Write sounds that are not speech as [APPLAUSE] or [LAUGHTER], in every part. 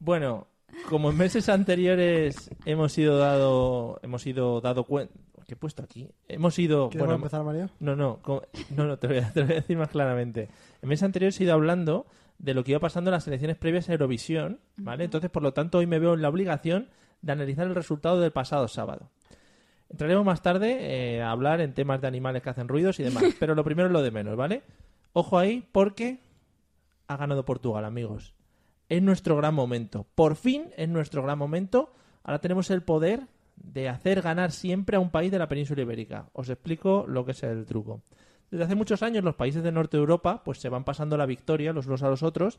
Bueno, como en meses anteriores hemos sido dado hemos sido dado cuenta ¿Qué he puesto aquí? Hemos ido... ¿Quieres bueno, empezar, Mario? No, no, co- no, no te, lo voy a, [LAUGHS] te lo voy a decir más claramente. En meses anteriores he ido hablando de lo que iba pasando en las elecciones previas a Eurovisión, ¿vale? Entonces, por lo tanto, hoy me veo en la obligación de analizar el resultado del pasado sábado. Entraremos más tarde eh, a hablar en temas de animales que hacen ruidos y demás, pero lo primero es lo de menos, ¿vale? Ojo ahí porque ha ganado Portugal, amigos. Es nuestro gran momento. Por fin es nuestro gran momento. Ahora tenemos el poder de hacer ganar siempre a un país de la península ibérica. Os explico lo que es el truco. Desde hace muchos años los países del norte de Europa pues se van pasando la victoria los unos a los otros.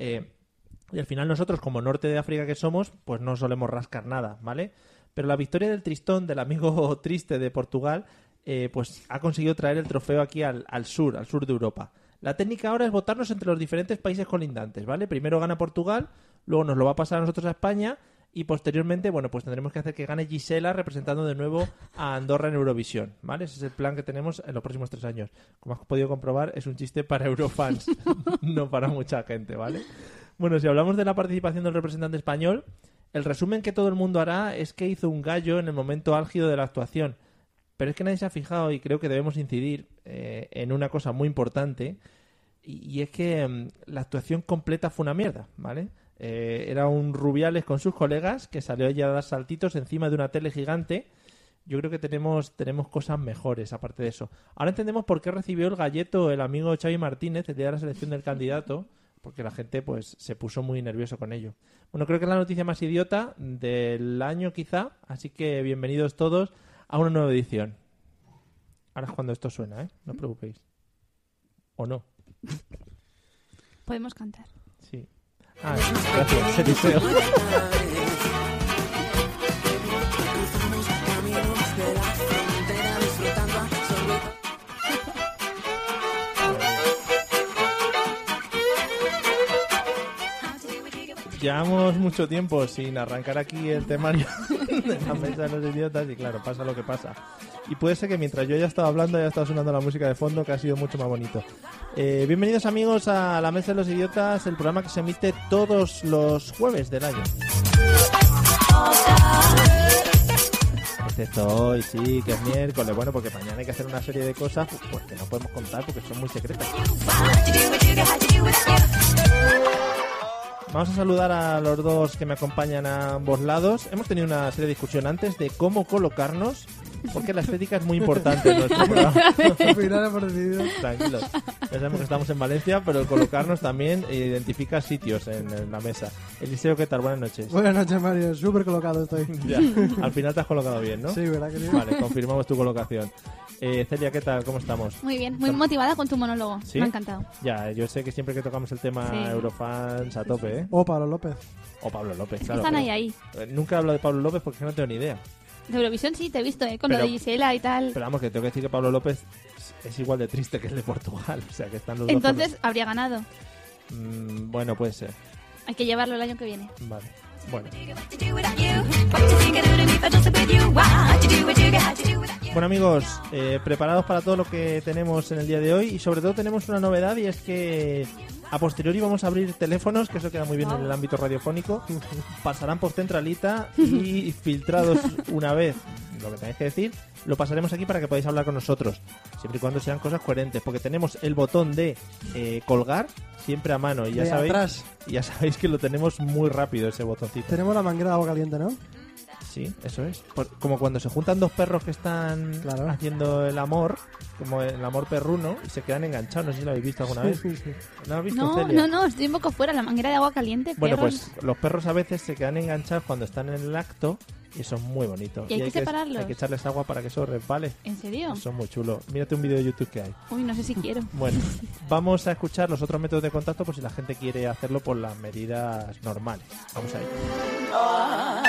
eh, y al final nosotros, como norte de África que somos, pues no solemos rascar nada, ¿vale? Pero la victoria del Tristón, del amigo [LAUGHS] triste de Portugal, eh, pues ha conseguido traer el trofeo aquí al, al sur, al sur de Europa. La técnica ahora es votarnos entre los diferentes países colindantes, ¿vale? Primero gana Portugal, luego nos lo va a pasar a nosotros a España y posteriormente, bueno, pues tendremos que hacer que gane Gisela representando de nuevo a Andorra en Eurovisión, ¿vale? Ese es el plan que tenemos en los próximos tres años. Como has podido comprobar, es un chiste para Eurofans, [LAUGHS] no para mucha gente, ¿vale? Bueno, si hablamos de la participación del representante español, el resumen que todo el mundo hará es que hizo un gallo en el momento álgido de la actuación. Pero es que nadie se ha fijado y creo que debemos incidir eh, en una cosa muy importante, y, y es que mm, la actuación completa fue una mierda, ¿vale? Eh, era un Rubiales con sus colegas que salió allí a dar saltitos encima de una tele gigante. Yo creo que tenemos, tenemos cosas mejores aparte de eso. Ahora entendemos por qué recibió el galleto el amigo Xavi Martínez el día de la selección del candidato, porque la gente pues se puso muy nervioso con ello. Bueno, creo que es la noticia más idiota del año quizá, así que bienvenidos todos a una nueva edición. Ahora es cuando esto suena, ¿eh? No os preocupéis. ¿O no? Podemos cantar. Sí. Ah, gracias, Eliseo. Llevamos mucho tiempo sin arrancar aquí el temario [LAUGHS] de la mesa de los idiotas y claro, pasa lo que pasa. Y puede ser que mientras yo haya estado hablando haya estado sonando la música de fondo que ha sido mucho más bonito. Eh, bienvenidos amigos a La Mesa de los Idiotas, el programa que se emite todos los jueves del año. Excepto hoy, sí, que es miércoles. Bueno, porque mañana hay que hacer una serie de cosas pues, que no podemos contar porque son muy secretas. Vamos a saludar a los dos que me acompañan a ambos lados. Hemos tenido una serie de discusión antes de cómo colocarnos, porque la estética es muy importante en nuestro programa. [LAUGHS] [LAUGHS] Al final hemos decidido. Tranquilos. Ya sabemos que estamos en Valencia, pero el colocarnos también identifica sitios en, en la mesa. Eliseo, ¿qué tal? Buenas noches. Buenas noches, Mario. Súper colocado estoy. Ya, al final te has colocado bien, ¿no? Sí, ¿verdad que sí? Vale, confirmamos tu colocación. Eh, Celia, ¿qué tal? ¿Cómo estamos? Muy bien, muy motivada con tu monólogo. ¿Sí? Me ha encantado. Ya, yo sé que siempre que tocamos el tema Sí. Eurofans a tope, ¿eh? O Oh, Pablo López. O Pablo López, Es que claro. están ahí, pero- ahí. Eh, Nunca hablo de Pablo López porque no tengo ni idea. De Eurovisión sí, te he visto, ¿eh? Con lo Pero- de Gisela y tal. Pero vamos, que tengo que decir que Pablo López es igual de triste que el de Portugal. O sea, que están los dos por los- Entonces habría ganado. Mm, bueno, puede ser. Hay que llevarlo el año que viene. Vale. Bueno. Bueno amigos, eh, preparados para todo lo que tenemos en el día de hoy y sobre todo tenemos una novedad y es que a posteriori vamos a abrir teléfonos, que eso queda muy bien en el ámbito radiofónico, pasarán por centralita y filtrados una vez lo que tenéis que decir, lo pasaremos aquí para que podáis hablar con nosotros, siempre y cuando sean cosas coherentes, porque tenemos el botón de eh, colgar siempre a mano y ya [LAUGHS] De sabéis, atrás. y ya sabéis que lo tenemos muy rápido ese botoncito. Tenemos la manguera de agua caliente, ¿no? Sí, eso es. Por- como cuando se juntan dos perros que están Claro. haciendo el amor, como el amor perruno, y se quedan enganchados. No sé si lo habéis visto alguna vez. Sí, sí. ¿Lo has visto, No, Celia? no, no, estoy un poco fuera. La manguera de agua caliente. Bueno, perros. pues los perros a veces se quedan enganchados cuando están en el acto y son muy bonitos. Y hay que separarlos. Hay que echarles agua para que eso resbale. ¿En serio? Son muy chulos. Mírate un vídeo de YouTube que hay. Uy, no sé si quiero. [LAUGHS] Bueno, vamos a escuchar los otros métodos de contacto por si la gente quiere hacerlo por las medidas normales. Vamos a ello.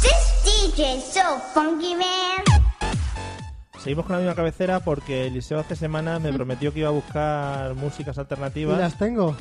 This DJ's so funky, man. Seguimos con la misma cabecera porque Eliseo hace semanas me prometió que iba a buscar músicas Y alternativas. las tengo.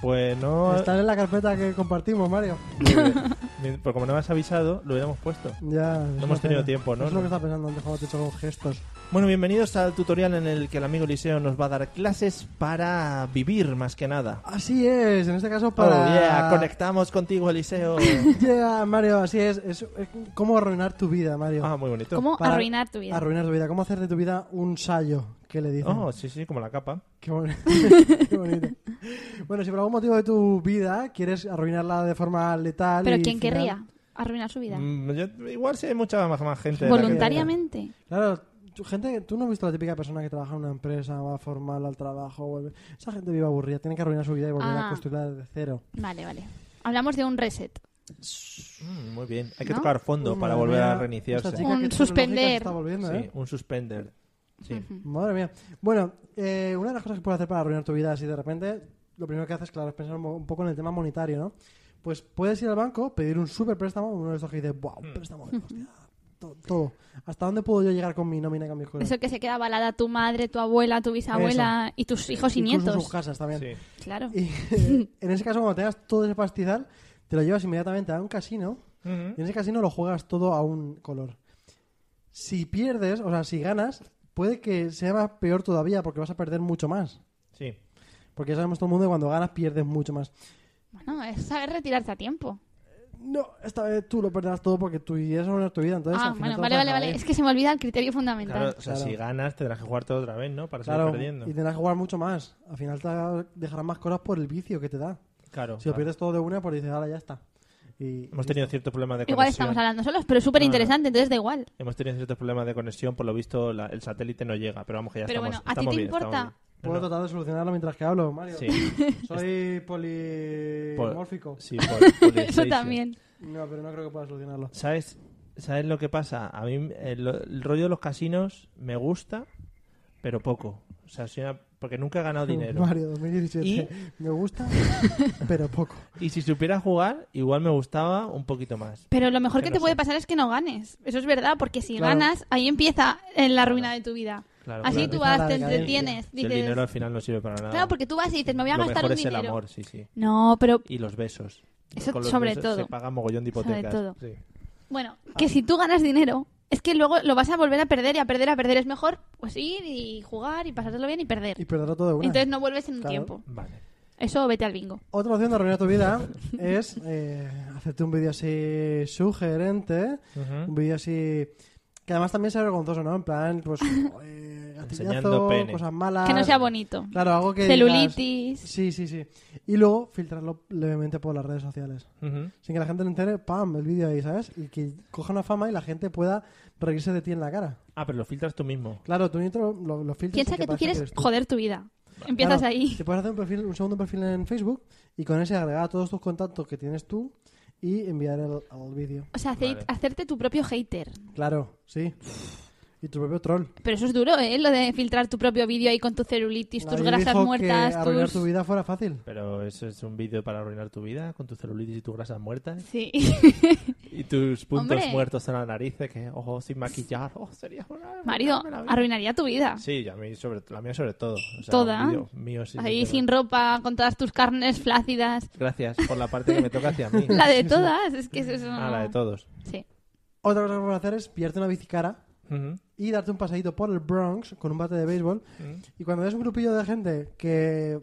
Pues no. Están en la carpeta que compartimos, Mario. Muy [LAUGHS] bien. Pues como no me has avisado, lo hubiéramos puesto. Ya. es hemos una tenido pena. tiempo, ¿no? Es lo que está pensando antes cuando te he hecho con gestos. Bueno, bienvenidos al tutorial en el que el amigo Eliseo nos va a dar clases para vivir más que nada. Así es, en este caso para... Para... conectamos contigo, Eliseo. [LAUGHS] Yeah, Mario, así es. Es, es cómo arruinar tu vida, Mario. ah, muy bonito. ¿Cómo Para- arruinar tu vida? Arruinar tu vida. Cómo hacer de tu vida un sayo, que le dicen. Oh, sí, sí, como la capa. Qué boni- [LAUGHS] Qué bonito. Bueno, si por algún motivo de tu vida quieres arruinarla de forma letal. Pero y ¿quién final- querría arruinar su vida? Mm, yo- igual sí hay mucha más, más gente. de la que- Voluntariamente. Claro, tú- gente, tú no has visto la típica persona que trabaja en una empresa, va formal al trabajo. vuelve- Esa gente vive aburrida, tiene que arruinar su vida y volver Ah. a construirla desde cero. Vale, vale. Hablamos de un reset. Mm, muy bien. Hay que ¿No? tocar fondo Uy, para madre volver mía, a esta reiniciarse. chica Un que tecnológica se suspender. está volviendo, Sí, ¿eh? un suspender. Sí. Madre mía. Bueno, eh, una de las cosas que puedes hacer para arruinar tu vida así de repente, lo primero que haces, claro, es pensar un mo- un poco en el tema monetario, ¿no? Pues puedes ir al banco, pedir un super préstamo, uno de esos que dice, wow, préstamo, hostia, to- todo. ¿Hasta dónde puedo yo llegar con mi nómina y con mis cosas? Eso que se queda balada tu madre, tu abuela, tu bisabuela y Eh, tus hijos y Incluso nietos. sus casas también. Sí. Claro. Y [LAUGHS] en ese caso, cuando tengas todo ese pastizal, te lo llevas inmediatamente a un casino Ujú. y en ese casino lo juegas todo a un color. Si pierdes, o sea, si ganas, puede que sea más peor todavía porque vas a perder mucho más. Sí. Porque ya sabemos todo el mundo que cuando ganas pierdes mucho más. Bueno, es saber retirarte a tiempo. No, esta vez tú lo perderás todo porque tú y eso no es tu vida, entonces ah, al final bueno, te vale, vas a vale, vale. joder. Es que se me olvida el criterio Claro, fundamental. o sea, Claro. si ganas tendrás que jugarte otra vez, ¿no? Para Claro, seguir perdiendo. y tendrás que jugar mucho más. Al final te dejarás más cosas por el vicio que te da. Claro. Si lo claro. pierdes todo de una, pues dices, ahora ya está. Y, Hemos tenido cierto problema de Igual conexión. estamos hablando solos, pero es súper interesante, entonces da igual. Hemos tenido ciertos problemas de conexión, por lo visto la- el satélite no llega, pero vamos que ya Pero estamos. bueno, ¿a ti estamos te bien, estamos importa? bien. Puedo No, no. tratar de solucionarlo mientras que hablo, Mario. [LAUGHS] Sí, Soy polimórfico. sí, por- por [LAUGHS] Eso PlayStation. también. No, pero no creo que pueda solucionarlo. ¿Sabes, ¿Sabes lo que pasa? A mí el, el rollo de los casinos me gusta, pero poco. O sea, soy una- porque nunca he [LAUGHS] ganado dinero. Mario 2017. Me gusta, pero poco. Y si supiera jugar, igual me gustaba un poquito más. Pero lo mejor Que que no te puede sé. pasar es que no ganes. Eso es verdad, porque si Claro. ganas, ahí empieza eh, la ruina de tu vida. Claro, Así claro. tú Empieza vas, la te decadencia. entretienes. Si el dices- dinero al final no sirve para nada. Claro, porque tú vas y dices, me voy a lo gastar mejor un es el dinero. amor, sí, sí. No, pero Y los besos. Eso Con los sobre besos todo. Se paga mogollón de Sobre hipotecas. todo. Sí. bueno, que si tú ganas dinero, es que luego lo vas a volver a perder y a perder, a perder. Es mejor pues ir y jugar y pasártelo bien y perder. Y perderlo todo de una. Entonces no vuelves en un Claro. tiempo. Vale. Eso vete al bingo. Otra opción de arruinar tu vida es eh, hacerte un vídeo así sugerente. ¿Mm? Un vídeo así. Que además también sea vergonzoso, ¿no? En plan, [LAUGHS] pues. eh, Enseñando gatillazo, pene. cosas malas. Que no sea bonito. Claro, algo que. digas- Celulitis. Sí, sí, sí. Y luego filtrarlo levemente por las redes sociales. Ujú. Sin que la gente lo entere, ¡pam! el vídeo ahí, ¿sabes? Y que coja una fama y la gente pueda reírse de ti en la cara. Ah, pero lo filtras tú mismo. Claro, tu intro lo, lo filtras. Piensa sin que tú parezca quieres eres joder tu vida. Empiezas Claro, ahí. Te puedes hacer un, perfil, un segundo perfil en Facebook y con ese agregar todos tus contactos que tienes tú y enviar el, al vídeo. O sea, hace- Vale. hacerte tu propio hater. Claro, sí. y tu propio troll. Pero eso es duro, ¿eh? Lo de filtrar tu propio vídeo ahí con tu celulitis, tus Nadie grasas dijo muertas, que arruinar tus... tu vida fuera fácil. Pero eso es un vídeo para arruinar tu vida con tu celulitis y tus grasas muertas Sí. [LAUGHS] y tus puntos Hombre. muertos en la nariz, de que ojo sin maquillar, oh, sería una- [LAUGHS] Marido, una- una- arruinaría tu vida. Sí, y a mí sobre, la mía sobre todo. O sea, Toda. un vídeo mío, sí, ahí sí, sin pero- ropa, con todas tus carnes [LAUGHS] flácidas. Gracias por la parte que me toca hacia mí. [LAUGHS] La de todas, es que eso es Ah, la de todos. Sí. Otra cosa que puedes hacer es pillarte una bicicara Ujú. y darte un paseíto por el Bronx con un bate de béisbol. Mm. Y cuando ves un grupillo de gente que,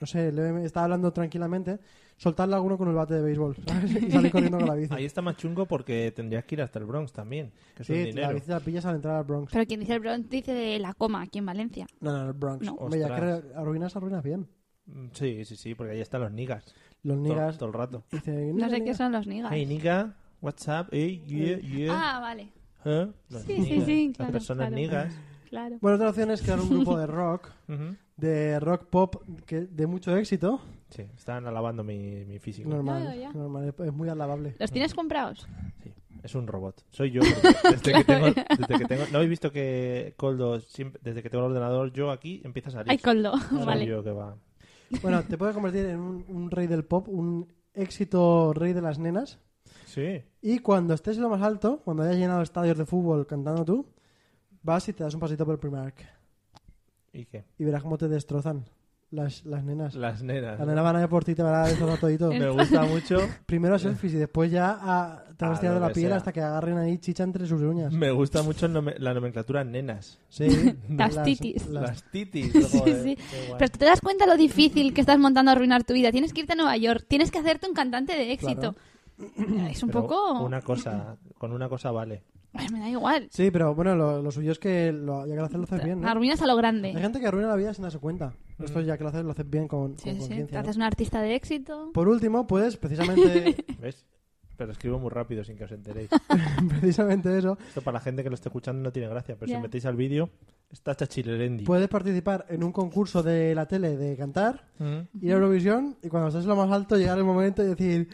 no sé, le- está hablando tranquilamente, soltarle a alguno con el bate de béisbol, [LAUGHS] ¿sabes? Y salir corriendo con la bici. Ahí está más chungo porque tendrías que ir hasta el Bronx también, que es un sí, la dinero. bici la pillas al entrar al Bronx. Pero quien dice el Bronx dice de la coma aquí en Valencia. No, no, el Bronx. No. Hombre, ya Ostras. que arruinas, arruinas bien. Mm, Sí, sí, sí, porque ahí están los niggas. Los Todo- niggas Todo, el rato. dicen... No sé qué "Nigga". son los niggas. Hey, nigga, what's up? Hey, yeah, yeah. Ah, vale. ¿Eh? Los Sí, sí, niggas, sí, Las claro, personas claro. niggas. Claro. Bueno, otra opción es crear un grupo [LAUGHS] de rock, Ujú. de rock pop que, de mucho éxito. Sí, están alabando mi, mi físico. Ya, Normal, ya, ya. normal, es- es muy alabable. [LAUGHS] ¿Los tienes comprados? Sí, es un robot. Soy yo. porque Desde que tengo, desde que tengo- ¿No habéis visto que Coldo, siempre- desde que tengo el ordenador, yo aquí empieza a salir? Ay, coldo. [LAUGHS] Soy Vale. yo que va. Bueno, te puedes convertir en un, un rey del pop, un éxito rey de las nenas. Sí. Y cuando estés en lo más alto, cuando hayas llenado estadios de fútbol cantando tú, vas y te das un pasito por el Primark. ¿Y qué? Y verás cómo te destrozan las, las nenas. Las Las nenas. nenas van a ir por ti, te van a destrozar todito. [LAUGHS] Me gusta mucho. Primero a selfies y después ya a, te A vas lo tirando la que piel sea. hasta que agarren ahí chicha entre sus uñas. Me gusta mucho el nome- la nomenclatura nenas. [LAUGHS] Sí. Las titis. las- Las titis. [LAUGHS] Sí, joder, sí. qué guay. Pero tú te das cuenta lo difícil que estás montando a arruinar tu vida. Tienes que irte a Nueva York. Tienes que hacerte un cantante de éxito. Es un Pero poco... Una cosa, con una cosa vale. Ay, me da igual. sí, pero bueno, lo, lo suyo es que lo, ya que lo haces, lo haces bien, ¿no? Arruinas a lo Hay grande. gente que arruina la vida sin darse cuenta. Esto ya que lo haces, lo haces bien con, con Sí, sí, sí. Te conciencia, ¿no? haces un artista de éxito. Por último, pues [LAUGHS] precisamente, [LAUGHS] ¿Ves? Pero escribo muy rápido sin que os enteréis. precisamente eso, Esto para la gente que lo esté escuchando no tiene gracia, pero Ya. si metéis al vídeo, está chachilerendi. puedes participar en un concurso de la tele de cantar, Mm. Ujú. ir a Eurovisión y cuando estés en lo más alto llegar el momento y decir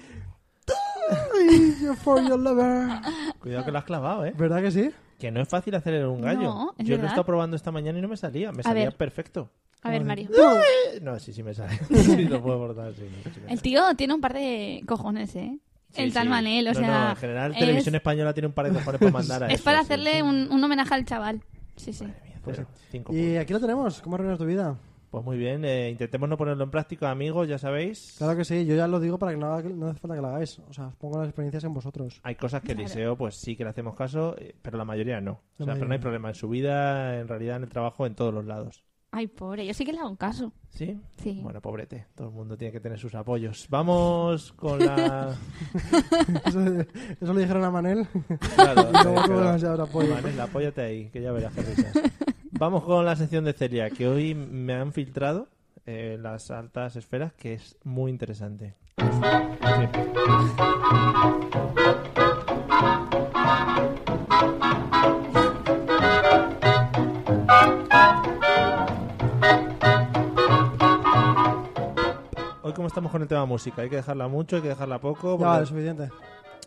"Die for your lover. [LAUGHS] Cuidado que lo has clavado, ¿eh? ¿Verdad que sí? Que no es fácil hacer un gallo. No, es Yo lo he verdad. estado probando esta mañana y no me salía. Me salía ver. perfecto. A ver, Mario. Eh, No, sí, sí me [LAUGHS] sale. sí, lo puedo cortar, sí. sí me El sale. tío tiene un par de cojones, ¿eh? Sí, el tal sí. Manel, o No, sea... no, en general, es- Televisión Española tiene un par de cojones para mandar a [LAUGHS] Es eso, para sí. hacerle un, un homenaje al chaval. Sí, sí. Madre mía, cero, Pues cinco Y aquí lo tenemos, ¿cómo arruinas tu vida? Pues muy bien, eh, intentemos no ponerlo en práctica, amigos, ya sabéis. Claro que sí, yo ya lo digo para que no, haga- no hace falta que lo hagáis. O sea, os pongo las experiencias en vosotros. Hay cosas que Eliseo, pues sí que le hacemos caso, eh, pero la mayoría no. O sea, pero La no hay mayoría. problema. En su vida, en realidad, en el trabajo, en todos los lados. Ay, pobre, yo sí que le hago caso. ¿Sí? Sí. Bueno, pobrete. Todo el mundo tiene que tener sus apoyos. Vamos con la... Eso, eso le dijeron a [LAUGHS] Manel. Claro, No eh, hubo pero- demasiados apoyos. Vanessa, apóyate ahí, que ya verás qué risas. Vamos con la sección de Celia, que hoy me han filtrado eh, las altas esferas, que es muy interesante. Sí. Hoy como estamos con el tema música, hay que dejarla mucho, hay que dejarla poco, Ya vale, porque suficiente.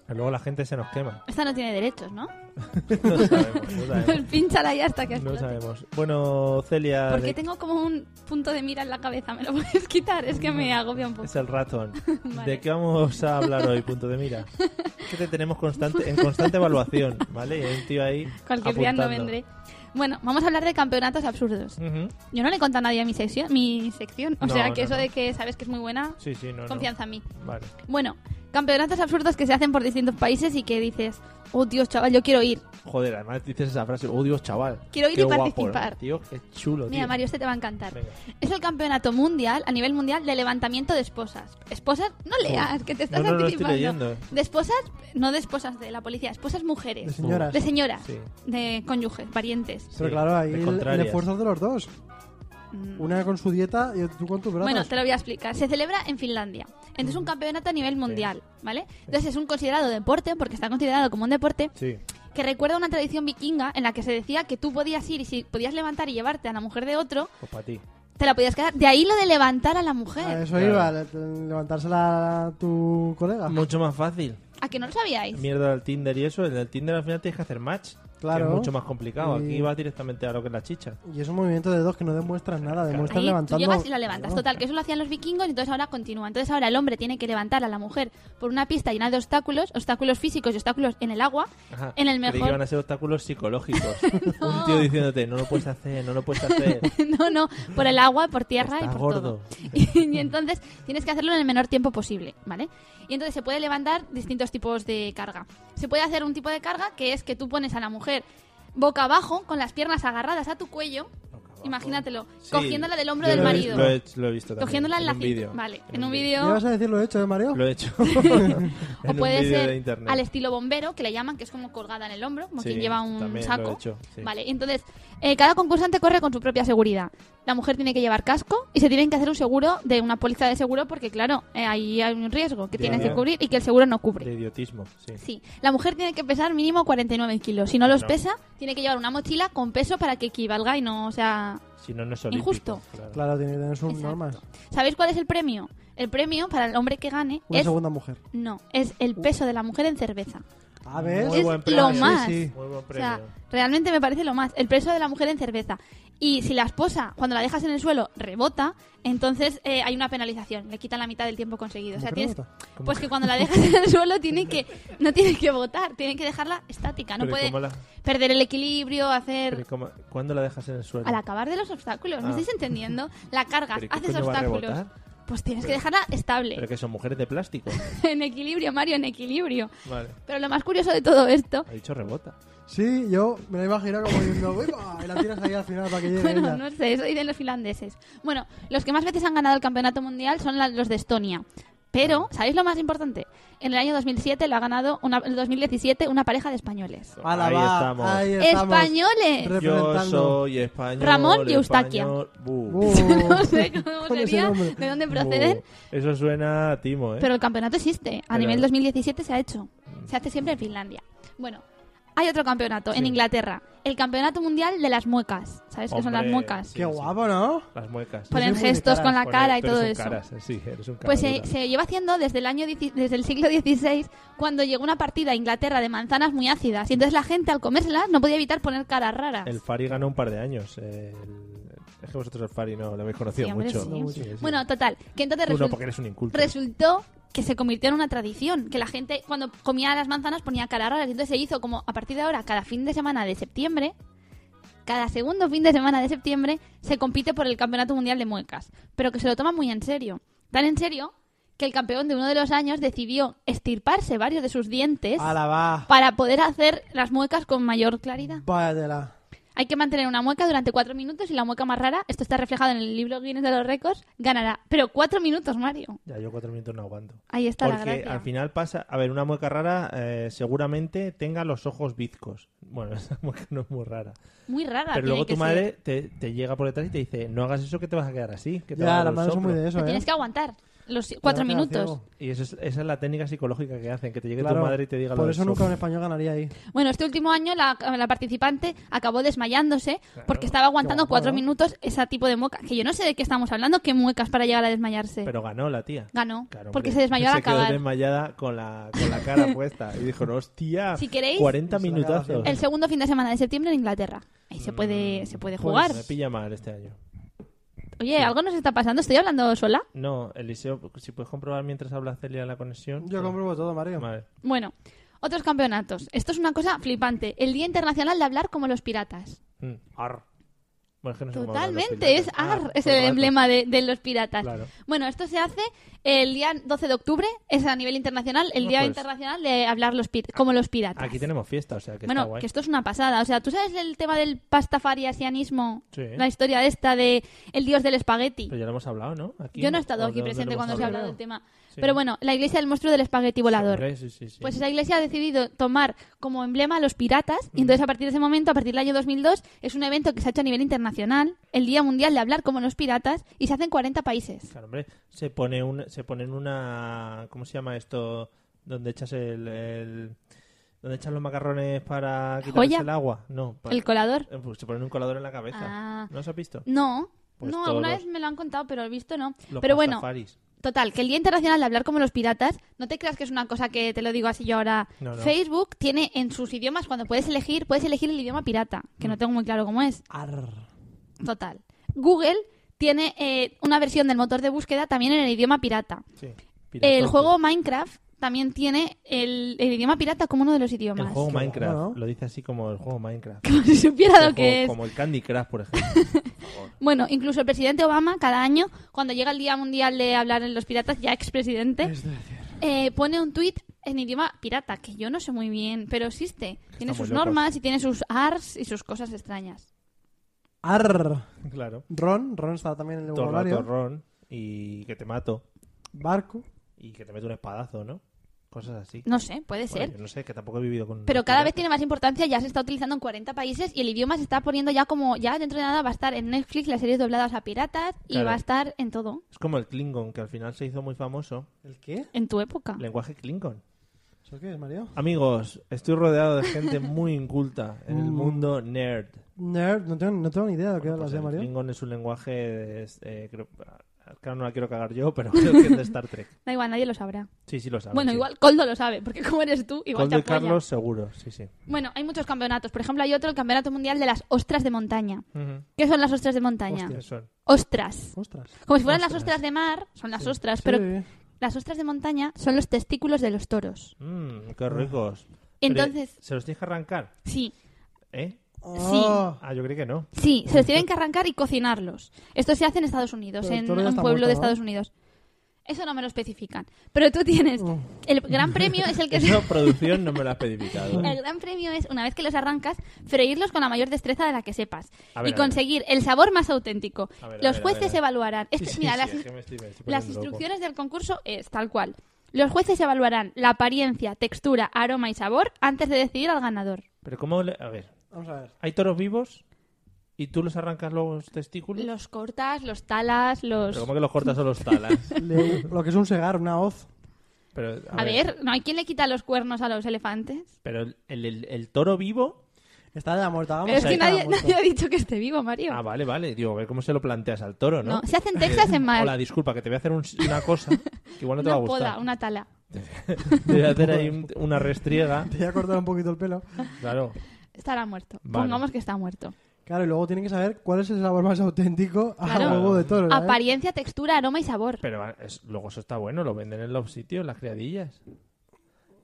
luego la gente se nos [LAUGHS] quema. Esta no tiene derechos, ¿no? [LAUGHS] No sabemos, no sabemos. Pínchala ya hasta que No explote. sabemos. Bueno, Celia, Porque de- tengo como un punto de mira en la cabeza, ¿me lo [LAUGHS] puedes quitar? Es que me agobia un poco. es el [LAUGHS] ratón. Vale. ¿De qué vamos a hablar hoy, punto de [LAUGHS] mira? Que te tenemos constante, en constante evaluación, ¿vale? Y hay un tío ahí. Cualquier día no apuntando. vendré. Bueno, vamos a hablar de campeonatos absurdos. Ujú. Yo no le he contado a nadie mi sección, mi sección. o No, sea, que no, eso no. de que sabes que es muy buena, Sí, sí, no. no. confianza en mí. Vale. Bueno, campeonatos absurdos que se hacen por distintos países y que dices, oh Dios, chaval, yo quiero ir. Joder, además dices esa frase, oh Dios, chaval. Quiero ir qué y guapo, participar. ¿no? Tío, qué chulo, Mira, tío. Mario, este te va a encantar. Pues Venga. Es el campeonato mundial, a nivel mundial, de levantamiento de esposas. Esposas, no leas, que te estás No, no, no estoy anticipando. leyendo. De esposas, no de esposas de la policía, esposas mujeres. De señoras. De señoras, Sí. de cónyuges, parientes. Pero Sí, claro, ahí de el, el contrarias. esfuerzo es de los dos. Una con su dieta y tú con tus brazos. Mm. Bueno, te lo voy a explicar. Se celebra en Finlandia. Entonces Mm. es un campeonato a nivel mundial, ¿vale? Entonces es un considerado deporte, porque está considerado como un deporte, Sí. que recuerda una tradición vikinga en la que se decía que tú podías ir y si podías levantar y llevarte a la mujer de otro, Pues para ti. te la podías quedar. De ahí lo de levantar a A la Ah, mujer. eso iba, le- levantársela a tu colega. Ah. Mucho más fácil. ¿A que no lo sabíais? mierda del Tinder y eso, en el Tinder al final tienes que hacer match. Claro. Que es mucho más complicado. Y- Aquí vas directamente a lo que es la chicha. Y es un movimiento de dos que no demuestran nada, demuestran Ahí tú levantando. llegas y la levantas. Bueno, Total, que eso lo hacían los vikingos, entonces ahora continúa. Entonces ahora el hombre tiene que levantar a la mujer por una pista llena de obstáculos, obstáculos físicos y obstáculos en el agua, Ajá, en el creí que iban mejor... a ser obstáculos psicológicos. Un tío diciéndote, no lo puedes hacer, no lo [LAUGHS] puedes hacer. [LAUGHS] No, no, por el agua, por tierra Estás y por todo. gordo. [LAUGHS] Y, entonces tienes que hacerlo en el menor tiempo posible, ¿vale? Y entonces se puede levantar distintos tipos de carga. Se puede hacer un tipo de carga que es que tú pones a la mujer boca abajo, con las piernas agarradas a tu cuello, imagínatelo, Sí, cogiéndola del hombro yo lo del he marido. visto, Lo he, lo he visto también, Cogiéndola en la un cinta. vídeo. Vale, en un ¿Me vídeo. vas a decir lo hecho, eh, Mario? Lo he hecho. [LAUGHS] [LAUGHS] O En un puede vídeo ser de internet. al estilo bombero, que le llaman, que es como colgada en el hombro, como Sí, quien lleva un también lo he saco. hecho, sí. Vale, entonces, eh, cada concursante corre con su propia seguridad. La mujer tiene que llevar casco y se tienen que hacer un seguro de una póliza de seguro porque, claro, eh, ahí hay un riesgo que Ya, tienes ya. que cubrir y que el seguro no cubre. De idiotismo, sí. Sí, la mujer tiene que pesar mínimo 49 kilos. Si no los No. pesa, tiene que llevar una mochila con peso para que equivalga y no sea Si no, no es olímpico. Injusto. claro. Claro, tiene que tener sus Exacto. normas. ¿Sabéis cuál es el premio? El premio para el hombre que gane Una es segunda mujer. no, es el peso de la mujer en cerveza. A ver. Muy Es buen lo premio. más. Sí, sí. Muy buen O premio. sea, realmente me parece lo más, el peso de la mujer en cerveza. Y si la esposa, cuando la dejas en el suelo, rebota, entonces eh, hay una penalización, le quitan la mitad del tiempo conseguido. O ¿Cómo sea, que tienes, rebota? pues [LAUGHS] que cuando la dejas en el suelo tiene que, no tiene que botar, tiene que dejarla estática, no Pero ¿y puede cómo la- perder el equilibrio, pero ¿y hacer... cómo- ¿Cuándo la dejas en el suelo? Al acabar de los obstáculos, ¿me Ah. estáis entendiendo? La cargas, ¿Pero y qué haces coño va a obstáculos. rebotar? Pues tienes que dejarla estable, Pero que son mujeres de [LAUGHS] plástico. en equilibrio, Mario, en equilibrio. Vale. Pero lo más curioso de todo esto Ha dicho rebota. Sí, yo me la imagino como diciendo, "Uy, va", y la tiras ahí al final para que llegue Bueno, ella. no sé, eso dicen los finlandeses. Bueno, los que más veces han ganado el campeonato mundial son la- los de Estonia. Pero, ¿sabéis lo más importante? En el año 2007 lo ha ganado, una, el 2017, una pareja de españoles. Ala, ahí va, estamos. ahí estamos. ¡Españoles! Yo Representando. soy español. Ramón y Eustaquia. español. Buh. Uh, [LAUGHS] [LAUGHS] No [LAUGHS] sé cómo Con ese sería, nombre. de dónde proceden, Uh, Eso suena a timo, ¿eh? pero el campeonato existe. A Pero- nivel 2017 se ha hecho. Se hace siempre en Finlandia. Bueno, hay otro campeonato en Sí. Inglaterra. El campeonato mundial de las muecas. ¿Sabéis qué son las Hombre, muecas? sí. Qué guapo, ¿no? Las muecas. Pues, Ponen Yo soy muy de gestos con la Poner- cara y pero todo son eso. caras, sí, eres un cara Pues se, dura. se lleva haciendo desde el año dieci- desde el siglo XVI, cuando llegó una partida a Inglaterra de manzanas muy ácidas. Y entonces la gente al comérselas no podía evitar poner caras raras. El Fari ganó un par de años. eh, el- Es que vosotros el Fari no lo habéis conocido Sí, hombre, mucho. sí. Bueno, total, que entonces Tú no, result- porque eres un inculto. resultó que se convirtió en una tradición, que la gente cuando comía las manzanas ponía caras raras. Y entonces se hizo como a partir de ahora, cada fin de semana de septiembre, cada segundo fin de semana de septiembre, se compite por el Campeonato Mundial de Muecas. Pero que se lo toma muy en serio. Tan en serio que el campeón de uno de los años decidió estirparse varios de sus dientes. Ala, va. para poder hacer las muecas con mayor claridad. Váyatela. Hay que mantener una mueca durante cuatro minutos y la mueca más rara, esto está reflejado en el libro Guinness de los Récords, ganará. Pero cuatro minutos, Mario. Ya, yo cuatro minutos no aguanto. Ahí está la Porque gracia. al final pasa, a ver, una mueca rara eh, seguramente tenga los ojos bizcos. Bueno, [LAUGHS] esa mueca no es muy rara. Muy Pero rara. Ah, tiene luego que tu ser. madre te, te llega por detrás y te dice, no hagas eso que te vas a quedar así. Que te va a Ya, dar las un manos son muy soplo". de Te eso, ¿eh? tienes que aguantar los Te vas cuatro a quedar minutos. ciego. Y eso es- esa es la técnica psicológica que hacen, que te llegue Claro, tu madre y te diga lo Por del eso nunca soplo. un español ganaría ahí. Bueno, este último año la, la participante acabó desmayándose porque estaba aguantando guapo, cuatro ¿no? minutos ese tipo de mueca. Que yo no sé de qué estamos hablando, qué muecas para llegar a desmayarse. Pero ganó la tía. Ganó, Claro, porque hombre. se desmayó al Se quedó acabar. desmayada con la, con la [LAUGHS] cara puesta. Y dijo, hostia, Si queréis, 40 Se la acaba minutazos. haciendo. El segundo fin de semana de septiembre en Inglaterra. Ahí se puede, se puede Pues, jugar. Me pilla mal este año. Oye, ¿algo nos está pasando? ¿Estoy hablando sola? No, Eliseo, si puedes comprobar mientras habla Celia la conexión. Pues, Yo compruebo todo, Mario. Vale. Bueno, otros campeonatos. Esto es una cosa flipante. El Día Internacional de Hablar como los piratas. Mm, Ar. Bueno, es que no sé cómo hablan los Ah, Totalmente, es piratas. AR, es todo el rato. emblema de, de los piratas. pues, Claro. Bueno, esto se hace el día 12 de octubre, es a nivel internacional, el Ah, Día pues. Internacional de Hablar los pir- como los piratas. Aquí tenemos fiesta, o sea que está bueno, guay. que esto es una pasada. O sea, ¿tú sabes el tema del pastafariasianismo? Sí. La historia esta de el dios del espagueti. Pero ya lo hemos hablado, ¿no? Aquí, Yo no ¿o he estado de aquí dónde presente lo hemos cuando se ha hablado hablado? del tema. Sí. Pero bueno, la iglesia del monstruo del espagueti volador. Hombre, sí, sí, sí. Pues esa iglesia ha decidido tomar como emblema a los piratas Mm. y entonces a partir de ese momento, a partir del año 2002, es un evento que se ha hecho a nivel internacional, el Día Mundial de Hablar como los Piratas, y se hace en 40 países. Claro, hombre, se pone un, se ponen una, ¿cómo se llama esto? Donde echas el, el- donde echas los macarrones para quitarles ¿Joya? el agua. No, para- ¿El colador? Eh, pues se ponen un colador en la cabeza. Ah. ¿No os has visto? No, Pues no, alguna todos. vez me lo han contado, pero he visto no. Los pero bueno, pastafaris. Total, que el Día Internacional de Hablar como los Piratas, no te creas que es una cosa que te lo digo así yo ahora. No, no. Facebook tiene en sus idiomas, cuando puedes elegir, puedes elegir el idioma pirata, que Mm. no tengo muy claro cómo es. Arr. Total. Google tiene eh, una versión del motor de búsqueda también en el idioma pirata. Sí, El piratón. juego Minecraft también tiene el, el idioma pirata como uno de los idiomas. El juego Qué Minecraft, bueno, ¿no? lo dice así como el juego Minecraft. Como [LAUGHS] si supiera El lo que juego- es. Como el Candy Crush, por [LAUGHS] ejemplo. Bueno, incluso el presidente Obama, cada año, cuando llega el Día Mundial de Hablar en los Piratas, ya expresidente, Es decir, eh, pone un tuit en idioma pirata, que yo no sé muy bien, pero existe. Tiene Estamos sus locos. normas y tiene sus ars y sus cosas extrañas. Arr. claro. Ron, Ron está también en el Torra, vocabulario. torrón y que te mato Barco. y que te meto un espadazo, ¿no? Cosas así. No sé, puede Bueno, ser. yo no sé, que tampoco he vivido con... Pero cada vez piratas. tiene más importancia, ya se está utilizando en 40 países y el idioma se está poniendo ya como, ya dentro de nada va a estar en Netflix las series dobladas a piratas y Claro. va a estar en todo, Es como el Klingon, que al final se hizo muy famoso. ¿El qué? en tu época. Lenguaje Klingon. ¿Eso qué es, Mario? Amigos, estoy rodeado de gente muy inculta en el Mm. mundo nerd. Nerd. No tengo, no tengo ni idea de lo que Bueno, pues hablas de el Mario. Klingon es un lenguaje... es, eh, creo- claro, no la quiero cagar yo, pero [LAUGHS] creo que es de Star Trek. Da igual, nadie lo sabrá. Sí, sí lo sabes. bueno, sí. igual Coldo lo sabe, porque como eres tú, igual Coldo y te apoya. Carlos seguro, sí, sí. Bueno, hay muchos campeonatos. Por ejemplo, hay otro, el Campeonato Mundial de las Ostras de Montaña. Ujú. ¿Qué son las ostras de montaña? ¿Qué son? Ostras. Ostras. Como si fueran las Ostras. ostras de mar, son las ostras, pero Sí. las ostras de montaña son los testículos de los toros. Mm, qué Ah. ricos. Entonces- Pero, ¿Se los tienes que arrancar? Sí, ¿Eh? Ah, Ah, yo creí que [LAUGHS] no. sí, se los tienen que arrancar y cocinarlos. Esto se hace en Estados Unidos, Pero el en toro ya un está pueblo de muerto, ¿no? Estados Unidos. Eso no me lo especifican. Pero tú tienes. Oh. El gran premio es el [LAUGHS] que. Esa producción no me la has especificado. [LAUGHS] El gran premio es, una vez que los arrancas, freírlos con la mayor destreza de la que sepas A ver, y a ver. conseguir el sabor más auténtico. A ver, a los ver, a jueces ver, a ver. evaluarán. Este- Sí, sí, mira, sí, las, es que me estoy- me estoy Las poniendo loco. instrucciones del concurso es tal cual. Los jueces evaluarán la apariencia, textura, aroma y sabor antes de decidir al ganador. Pero cómo... le- A ver, Vamos a ver. ¿hay toros vivos? ¿Y tú los arrancas los testículos? Los cortas, los talas, los... Pero cómo que los cortas o los talas. [LAUGHS] [LAUGHS] Le- lo que es un segar, una hoz. Pero, A, ver, ¿no hay quien le quita los cuernos a los elefantes? Pero el, el- el toro vivo... Está ya muerta, vamos. Pero es ahí que está nadie, muerta. nadie ha dicho que esté vivo, Mario. Ah, vale, vale. Digo, a ver cómo se lo planteas al toro, ¿no? no. se hace en [LAUGHS] Texas en mar. Hola, disculpa, que te voy a hacer un- una cosa que igual no te va a una gustar. poda, una tala. Te voy a hacer [LAUGHS] ahí un- una restriega. Te voy a cortar un poquito el pelo. Claro. Estará muerto. Vale. Pongamos que está muerto. Claro, y luego tienen que saber cuál es el sabor más auténtico a Claro. huevo de toro. ¿eh? Apariencia, textura, aroma y sabor. Pero es- luego eso está bueno, lo venden en los sitios, las criadillas.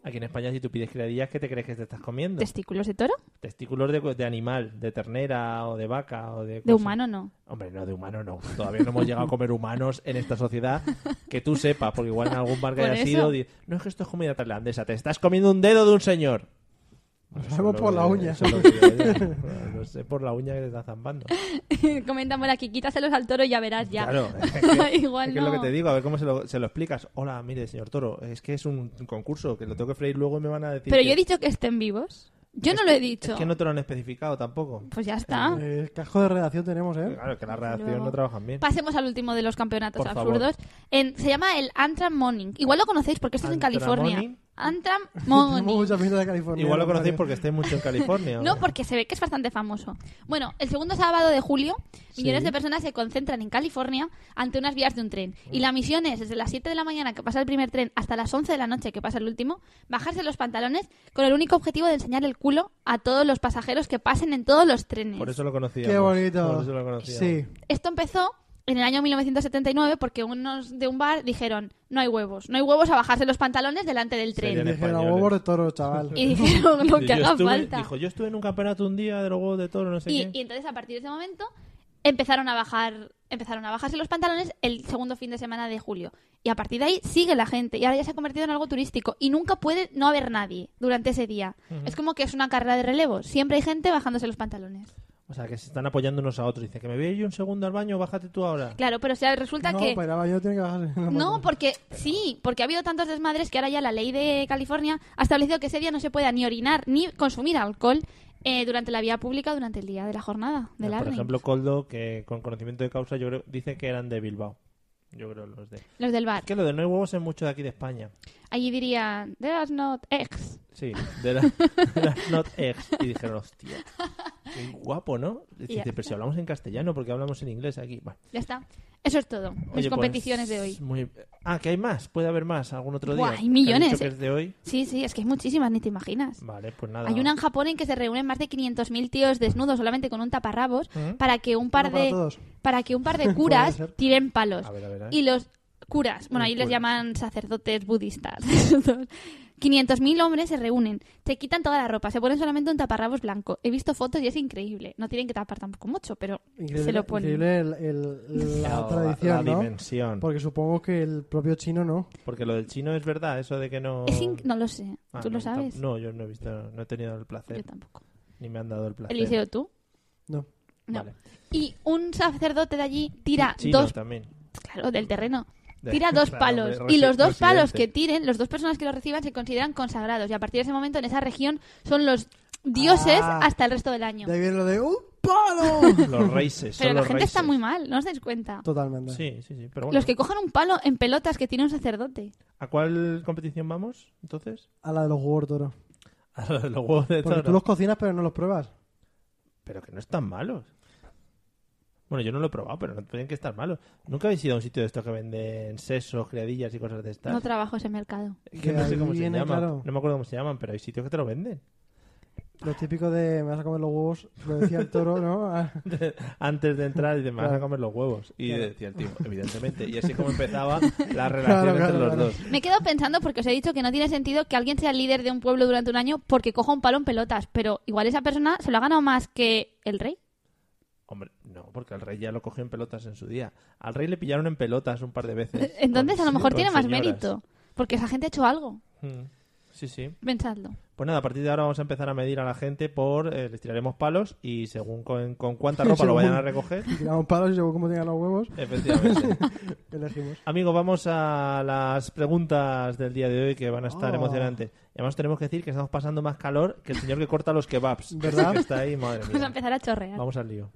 Aquí en España, si tú pides criadillas, ¿qué te crees que te estás comiendo? ¿Testículos de toro? Testículos de, de animal, de ternera o de vaca o de... De cosa. humano no. [LAUGHS] Hombre, no, de humano no. Todavía no hemos llegado a comer humanos en esta sociedad que tú sepas, porque igual en algún bar que Por hayas eso. ido, di- no es que esto es comida tailandesa, te estás comiendo un dedo de un señor. Eso vemos es por lo la que- uña. eso es lo que yo digo. Lo sé por la uña que te está zambando. Comentan por aquí, quítaselos al toro y ya verás ya. [LAUGHS] Claro, es que, Igual es que es lo no. que te digo, a ver cómo se lo, se lo explicas. Hola, mire, señor Toro, es que es un concurso que lo tengo que freír luego y me van a decir. Pero que- yo he dicho que estén vivos. Yo no lo he dicho. Es que no te lo han especificado tampoco. Pues ya está. Eh, cajo de redacción tenemos, ¿eh? Claro, que la redacción luego. no trabajan bien. Pasemos al último de los campeonatos Por favor. absurdos. En- se llama el Antram Morning. Igual lo conocéis porque esto es en Antram California. Morning. [LAUGHS] Antram Tenemos Morning. mucha pinta de California. Igual lo conocéis Mario. porque estáis mucho en California. [LAUGHS] No, porque se ve que es bastante famoso. Bueno, el segundo sábado de julio, millones de personas se concentran en California ante unas vías de un tren. Y la misión es, desde las 7 de la mañana que pasa el primer tren hasta las 11 de la noche que pasa el último, bajarse los pantalones con el único objetivo de enseñar el culo a todos los pasajeros que pasen en todos los trenes. Por eso lo conocíamos. Qué bonito. Por eso lo conocíamos. sí. Esto empezó en el año 1979 porque unos de un bar dijeron, no hay huevos, no hay huevos a bajarse los pantalones delante del Serían tren. Dije, la españoles. huevo de toro, chaval. [LAUGHS] Y dijeron lo Yo que haga estuve- falta. Dijo, yo estuve en un campeonato un día de los huevos de toro, no sé y, qué. y entonces a partir de ese momento empezaron a bajar empezaron a bajarse los pantalones el segundo fin de semana de julio. Y a partir de ahí sigue la gente y ahora ya se ha convertido en algo turístico y nunca puede no haber nadie durante ese día. Es como que es una carrera de relevo, siempre hay gente bajándose los pantalones. O sea, que se están apoyando unos a otros. Dice, que me voy yo un segundo al baño, bájate tú ahora. Claro, pero o sea, resulta no, que para ir al baño tiene que bajarse. No, porque sí, porque ha habido tantos desmadres que ahora ya la ley de California ha establecido que ese día no se pueda ni orinar ni consumir alcohol eh, durante la vía pública durante el día de la jornada del Por Arning. ejemplo, Coldo, que con conocimiento de causa, yo creo, dice que eran de Bilbao. Yo creo los de... Los del bar. Es que lo de no hay huevos es mucho de aquí de España. Allí dirían, there's not eggs. Sí, de, la- de las Not Eggs. Y dijeron, hostia, qué guapo, ¿no? Dice, Ya pero si hablamos en castellano, porque hablamos en inglés aquí. Bueno, Ya está. Eso es todo. Oye, mis pues, competiciones de hoy. muy- Ah, que hay más. Puede haber más algún otro día. Buah, hay Que han millones, dicho que eh. es de hoy. Sí, sí, es que hay muchísimas, ni te imaginas. Vale, pues nada. Hay una en Japón en que se reúnen más de 500.000 tíos desnudos solamente con un taparrabos ¿Mm? para que un par Uno para de todos. para que [LAUGHS] un par de curas Puede ser. tiren palos. A ver, a ver, a ver. Y los curas, Los bueno, ahí les curas. llaman sacerdotes budistas. [LAUGHS] 500.000 hombres se reúnen, se quitan toda la ropa, se ponen solamente un taparrabos blanco. He visto fotos y es increíble. No tienen que tapar tampoco mucho, pero Increíble, se lo ponen. increíble el- el- la, tradición, la ¿no? dimensión. Porque supongo que el propio chino no. Porque lo del chino es verdad, eso de que no. Es inc- no lo sé. Ah, ¿Tú no, lo sabes? tam- No, yo no he visto, no he tenido el Yo placer, tampoco. ni me han dado el placer. Eliseo, ¿tú? No. No. Vale. Y un sacerdote de allí tira Chino dos... también. Claro, del terreno. De- [LAUGHS] Tira dos Claro, palos. hombre, Y resi- los dos residente. palos que tiren, los dos personas que lo reciban se consideran consagrados. Y a partir de ese momento en esa región son los dioses Ah. hasta el resto del año. De ahí viene lo de ¡Un [LAUGHS] palo! Los races. Pero son la los gente está races. muy mal, no os dais cuenta. Totalmente. Sí, sí, sí. Pero bueno, Los que cojan un palo en pelotas que tiene un sacerdote. ¿a cuál competición vamos entonces? [LAUGHS] A la de los huevos de toro. A la de los huevos de Porque toro. tú los cocinas pero no los pruebas. Pero que no están malos. Bueno, yo no lo he probado, pero no tienen que estar malos. Nunca habéis ido a un sitio de estos que venden sesos, criadillas y cosas de estas. No trabajo ese mercado. que no Que sé ahí cómo se viene, llama. claro. No me acuerdo cómo se llaman, pero hay sitios que te lo venden. Lo típico de me vas a comer los huevos, lo decía el toro, ¿no? [LAUGHS] Ah, Antes de entrar y te me vas a Claro. comer los huevos. Y Claro. decía el tío, evidentemente. Y así como [LAUGHS] empezaba la relación Claro, entre claro, los claro. dos. Me he quedado pensando porque os he dicho que no tiene sentido que alguien sea líder de un pueblo durante un año porque coja un palo en pelotas. Pero igual esa persona se lo ha ganado más que el rey. Hombre, no, porque al rey ya lo cogió en pelotas en su día. Al rey le pillaron en pelotas un par de veces. [LAUGHS] Entonces Con- a lo mejor con tiene más señoras. mérito. Porque esa gente ha hecho algo. Mm. Sí, sí. Pensadlo. Pues nada, a partir de ahora vamos a empezar a medir a la gente por... eh, les tiraremos palos y según con, con cuánta ropa lo Según- vayan a recoger... tiramos palos y según cómo tengan los huevos, [LAUGHS] Efectivamente. elegimos. Amigos, vamos a las preguntas del día de hoy que van a estar Oh. emocionantes. Y además tenemos que decir que estamos pasando más calor que el señor que corta los kebabs. ¿Verdad? Que está ahí, madre mía. Vamos a empezar a chorrear. Vamos al lío.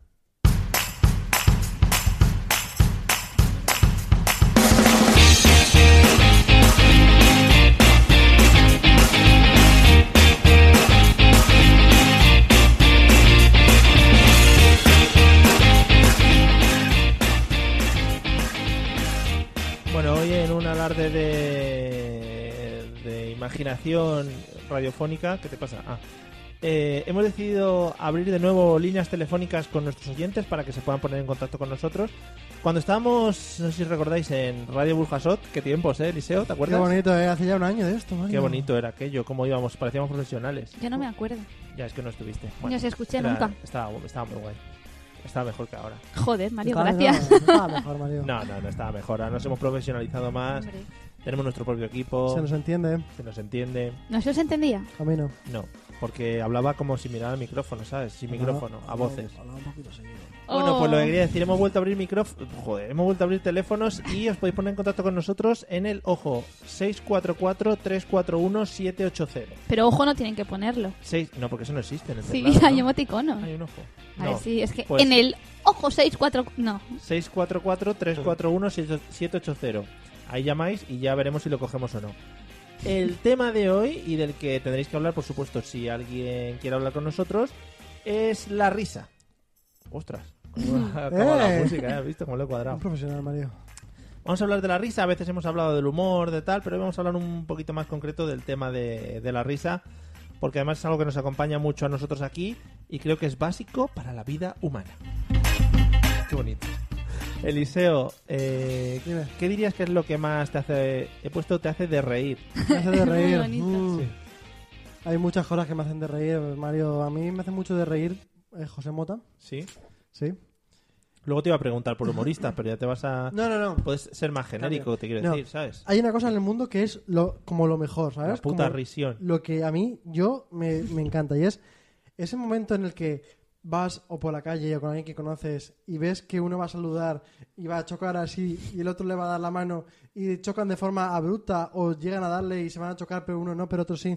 Bueno, hoy en un alarde de, de imaginación radiofónica, ¿qué te pasa? Ah, eh, hemos decidido abrir de nuevo líneas telefónicas con nuestros oyentes para que se puedan poner en contacto con nosotros. Cuando estábamos, no sé si recordáis, en Radio Burjasot, qué tiempos, ¿eh, Eliseo? ¿Te Qué acuerdas? bonito, ¿eh? Hace ya un año de esto, maño. Qué bonito era aquello, cómo íbamos, parecíamos profesionales. Yo no me acuerdo. Ya es que no estuviste. no se escuché era- nunca. Estaba, gu- estaba muy guay. Estaba mejor que ahora. Joder, Mario, Estaba- gracias. no, estaba [LAUGHS] mejor, Mario. No, no, no estaba mejor. Ahora nos hemos profesionalizado más. Hombre, Tenemos nuestro propio equipo. Se nos entiende, ¿eh? se nos entiende. ¿No se os entendía? A mí no. No, porque hablaba como si mirara al micrófono, ¿sabes? Sin micrófono, a voces. Hablaba un poquito seguido. Bueno, pues lo Oh. que quería decir, hemos vuelto a abrir micrófono, joder, hemos vuelto a abrir teléfonos y os podéis poner en contacto con nosotros en el ojo 644 341 780. Pero ojo, no tienen que ponerlo. Seis- no, porque eso no existe en el Sí, teclado, [LAUGHS] hay Pues ¿no? emoticonos. Hay un ojo. A No, ver si es que pues- en el ojo 64 no. 644-341-780. Ahí llamáis y ya veremos si lo cogemos [LAUGHS] o no. El tema de hoy y del que tendréis que hablar, por supuesto, si alguien quiere hablar con nosotros, es la risa. Ostras, [LAUGHS] cómo ha acabado la Eh. música, ¿eh? ¿has visto cómo lo he cuadrado? Un profesional, [LAUGHS] Mario. Vamos a hablar de la risa, a veces hemos hablado del humor, de tal, pero hoy vamos a hablar un poquito más concreto del tema de, de la risa, porque además es algo que nos acompaña mucho a nosotros aquí y creo que es básico para la vida humana. Qué bonito. Eliseo, eh, Dime. ¿qué dirías que es lo que más te hace, he puesto, te hace de reír? Me hace de Muy reír. bonito. Mm. Hay muchas cosas que me hacen de reír, Mario. A mí me hace mucho de reír eh, José Mota. Sí. Sí. Luego te iba a preguntar por humoristas, pero ya te vas a... [LAUGHS] No, no, no. Puedes ser más genérico, te quiero No. decir, ¿sabes? Hay una cosa en el mundo que es lo, como lo mejor, ¿sabes? La puta Como risión. Lo que a mí, yo, me, me encanta. Y es ese momento en el que vas o por la calle o con alguien que conoces y ves que uno va a saludar y va a chocar así y el otro le va a dar la mano y chocan de forma abrupta o llegan a darle y se van a chocar pero uno no, pero otro sí.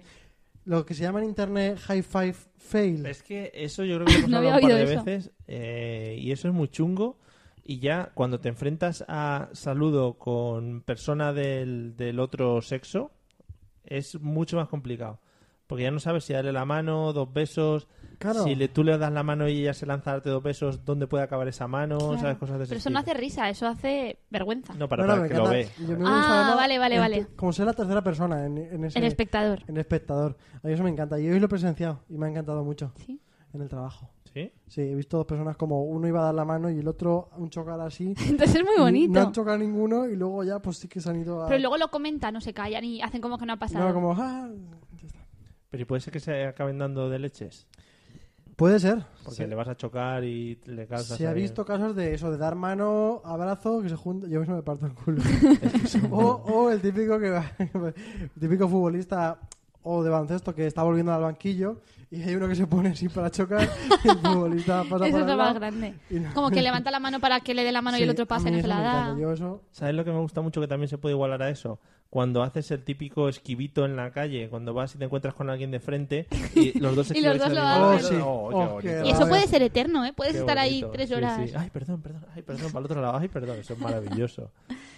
Lo que se llama en internet high five fail. Es que eso yo creo [LAUGHS] que lo hemos No hablado había un par de oído eso. veces eh, y eso es muy chungo. Y ya cuando te enfrentas a saludo con persona del, del otro sexo, es mucho más complicado. Porque ya no sabes si darle la mano, dos besos. Claro. Si le, tú le das la mano y ella se lanza a darte dos besos, ¿dónde puede acabar esa mano? Claro. ¿Sabes? Cosas de ese Pero eso no hace estilo. risa, eso hace vergüenza. No, para, No, no, para me que lo ve. encanta. Yo- me Ah, gusta, además, vale, vale, el- vale. Como ser la tercera persona en, en ese, El espectador. en espectador. A mí eso me encanta. Y hoy lo he presenciado y me ha encantado mucho Sí. en el trabajo. ¿Sí? Sí, he visto dos personas como uno iba a dar la mano y el otro un chocar [LAUGHS] así. Entonces es muy No bonito. han chocado ninguno y luego ya pues sí que se han ido a... Pero luego lo comentan, no se callan y hacen como que no ha pasado. No, como... "Ah", ya está. Pero ¿y puede ser que se acaben dando de leches. Puede ser. Porque Sí. le vas a chocar y le calzas. Se ha ahí. visto casos de eso, de dar mano, abrazo, que se junta. Yo mismo me parto [LAUGHS] el culo. o, o el típico que va- [LAUGHS] el típico futbolista o de baloncesto que está volviendo al banquillo y hay uno que se pone así para chocar [LAUGHS] y el futbolista pasa por Eso es al lo más lado grande. y no- Como que levanta la mano para que le dé la mano y el Sí, otro a pase y mí no eso se la me da. encanta. Yo eso- [LAUGHS] ¿Sabes lo que me gusta mucho que también se puede igualar a eso? Cuando haces el típico esquivito en la calle, cuando vas y te encuentras con alguien de frente [LAUGHS] y los dos Y los esquiváis dos al mismo lo hacen. tiempo. Oh, sí. qué Oh, bonito. qué Y Ah, eso puede ya. ser eterno, ¿eh? Puedes Qué estar ahí bonito. tres Sí, horas. sí. Ay, perdón, perdón, ay, perdón, para el otro lado, ay, perdón, eso es [LAUGHS] maravilloso.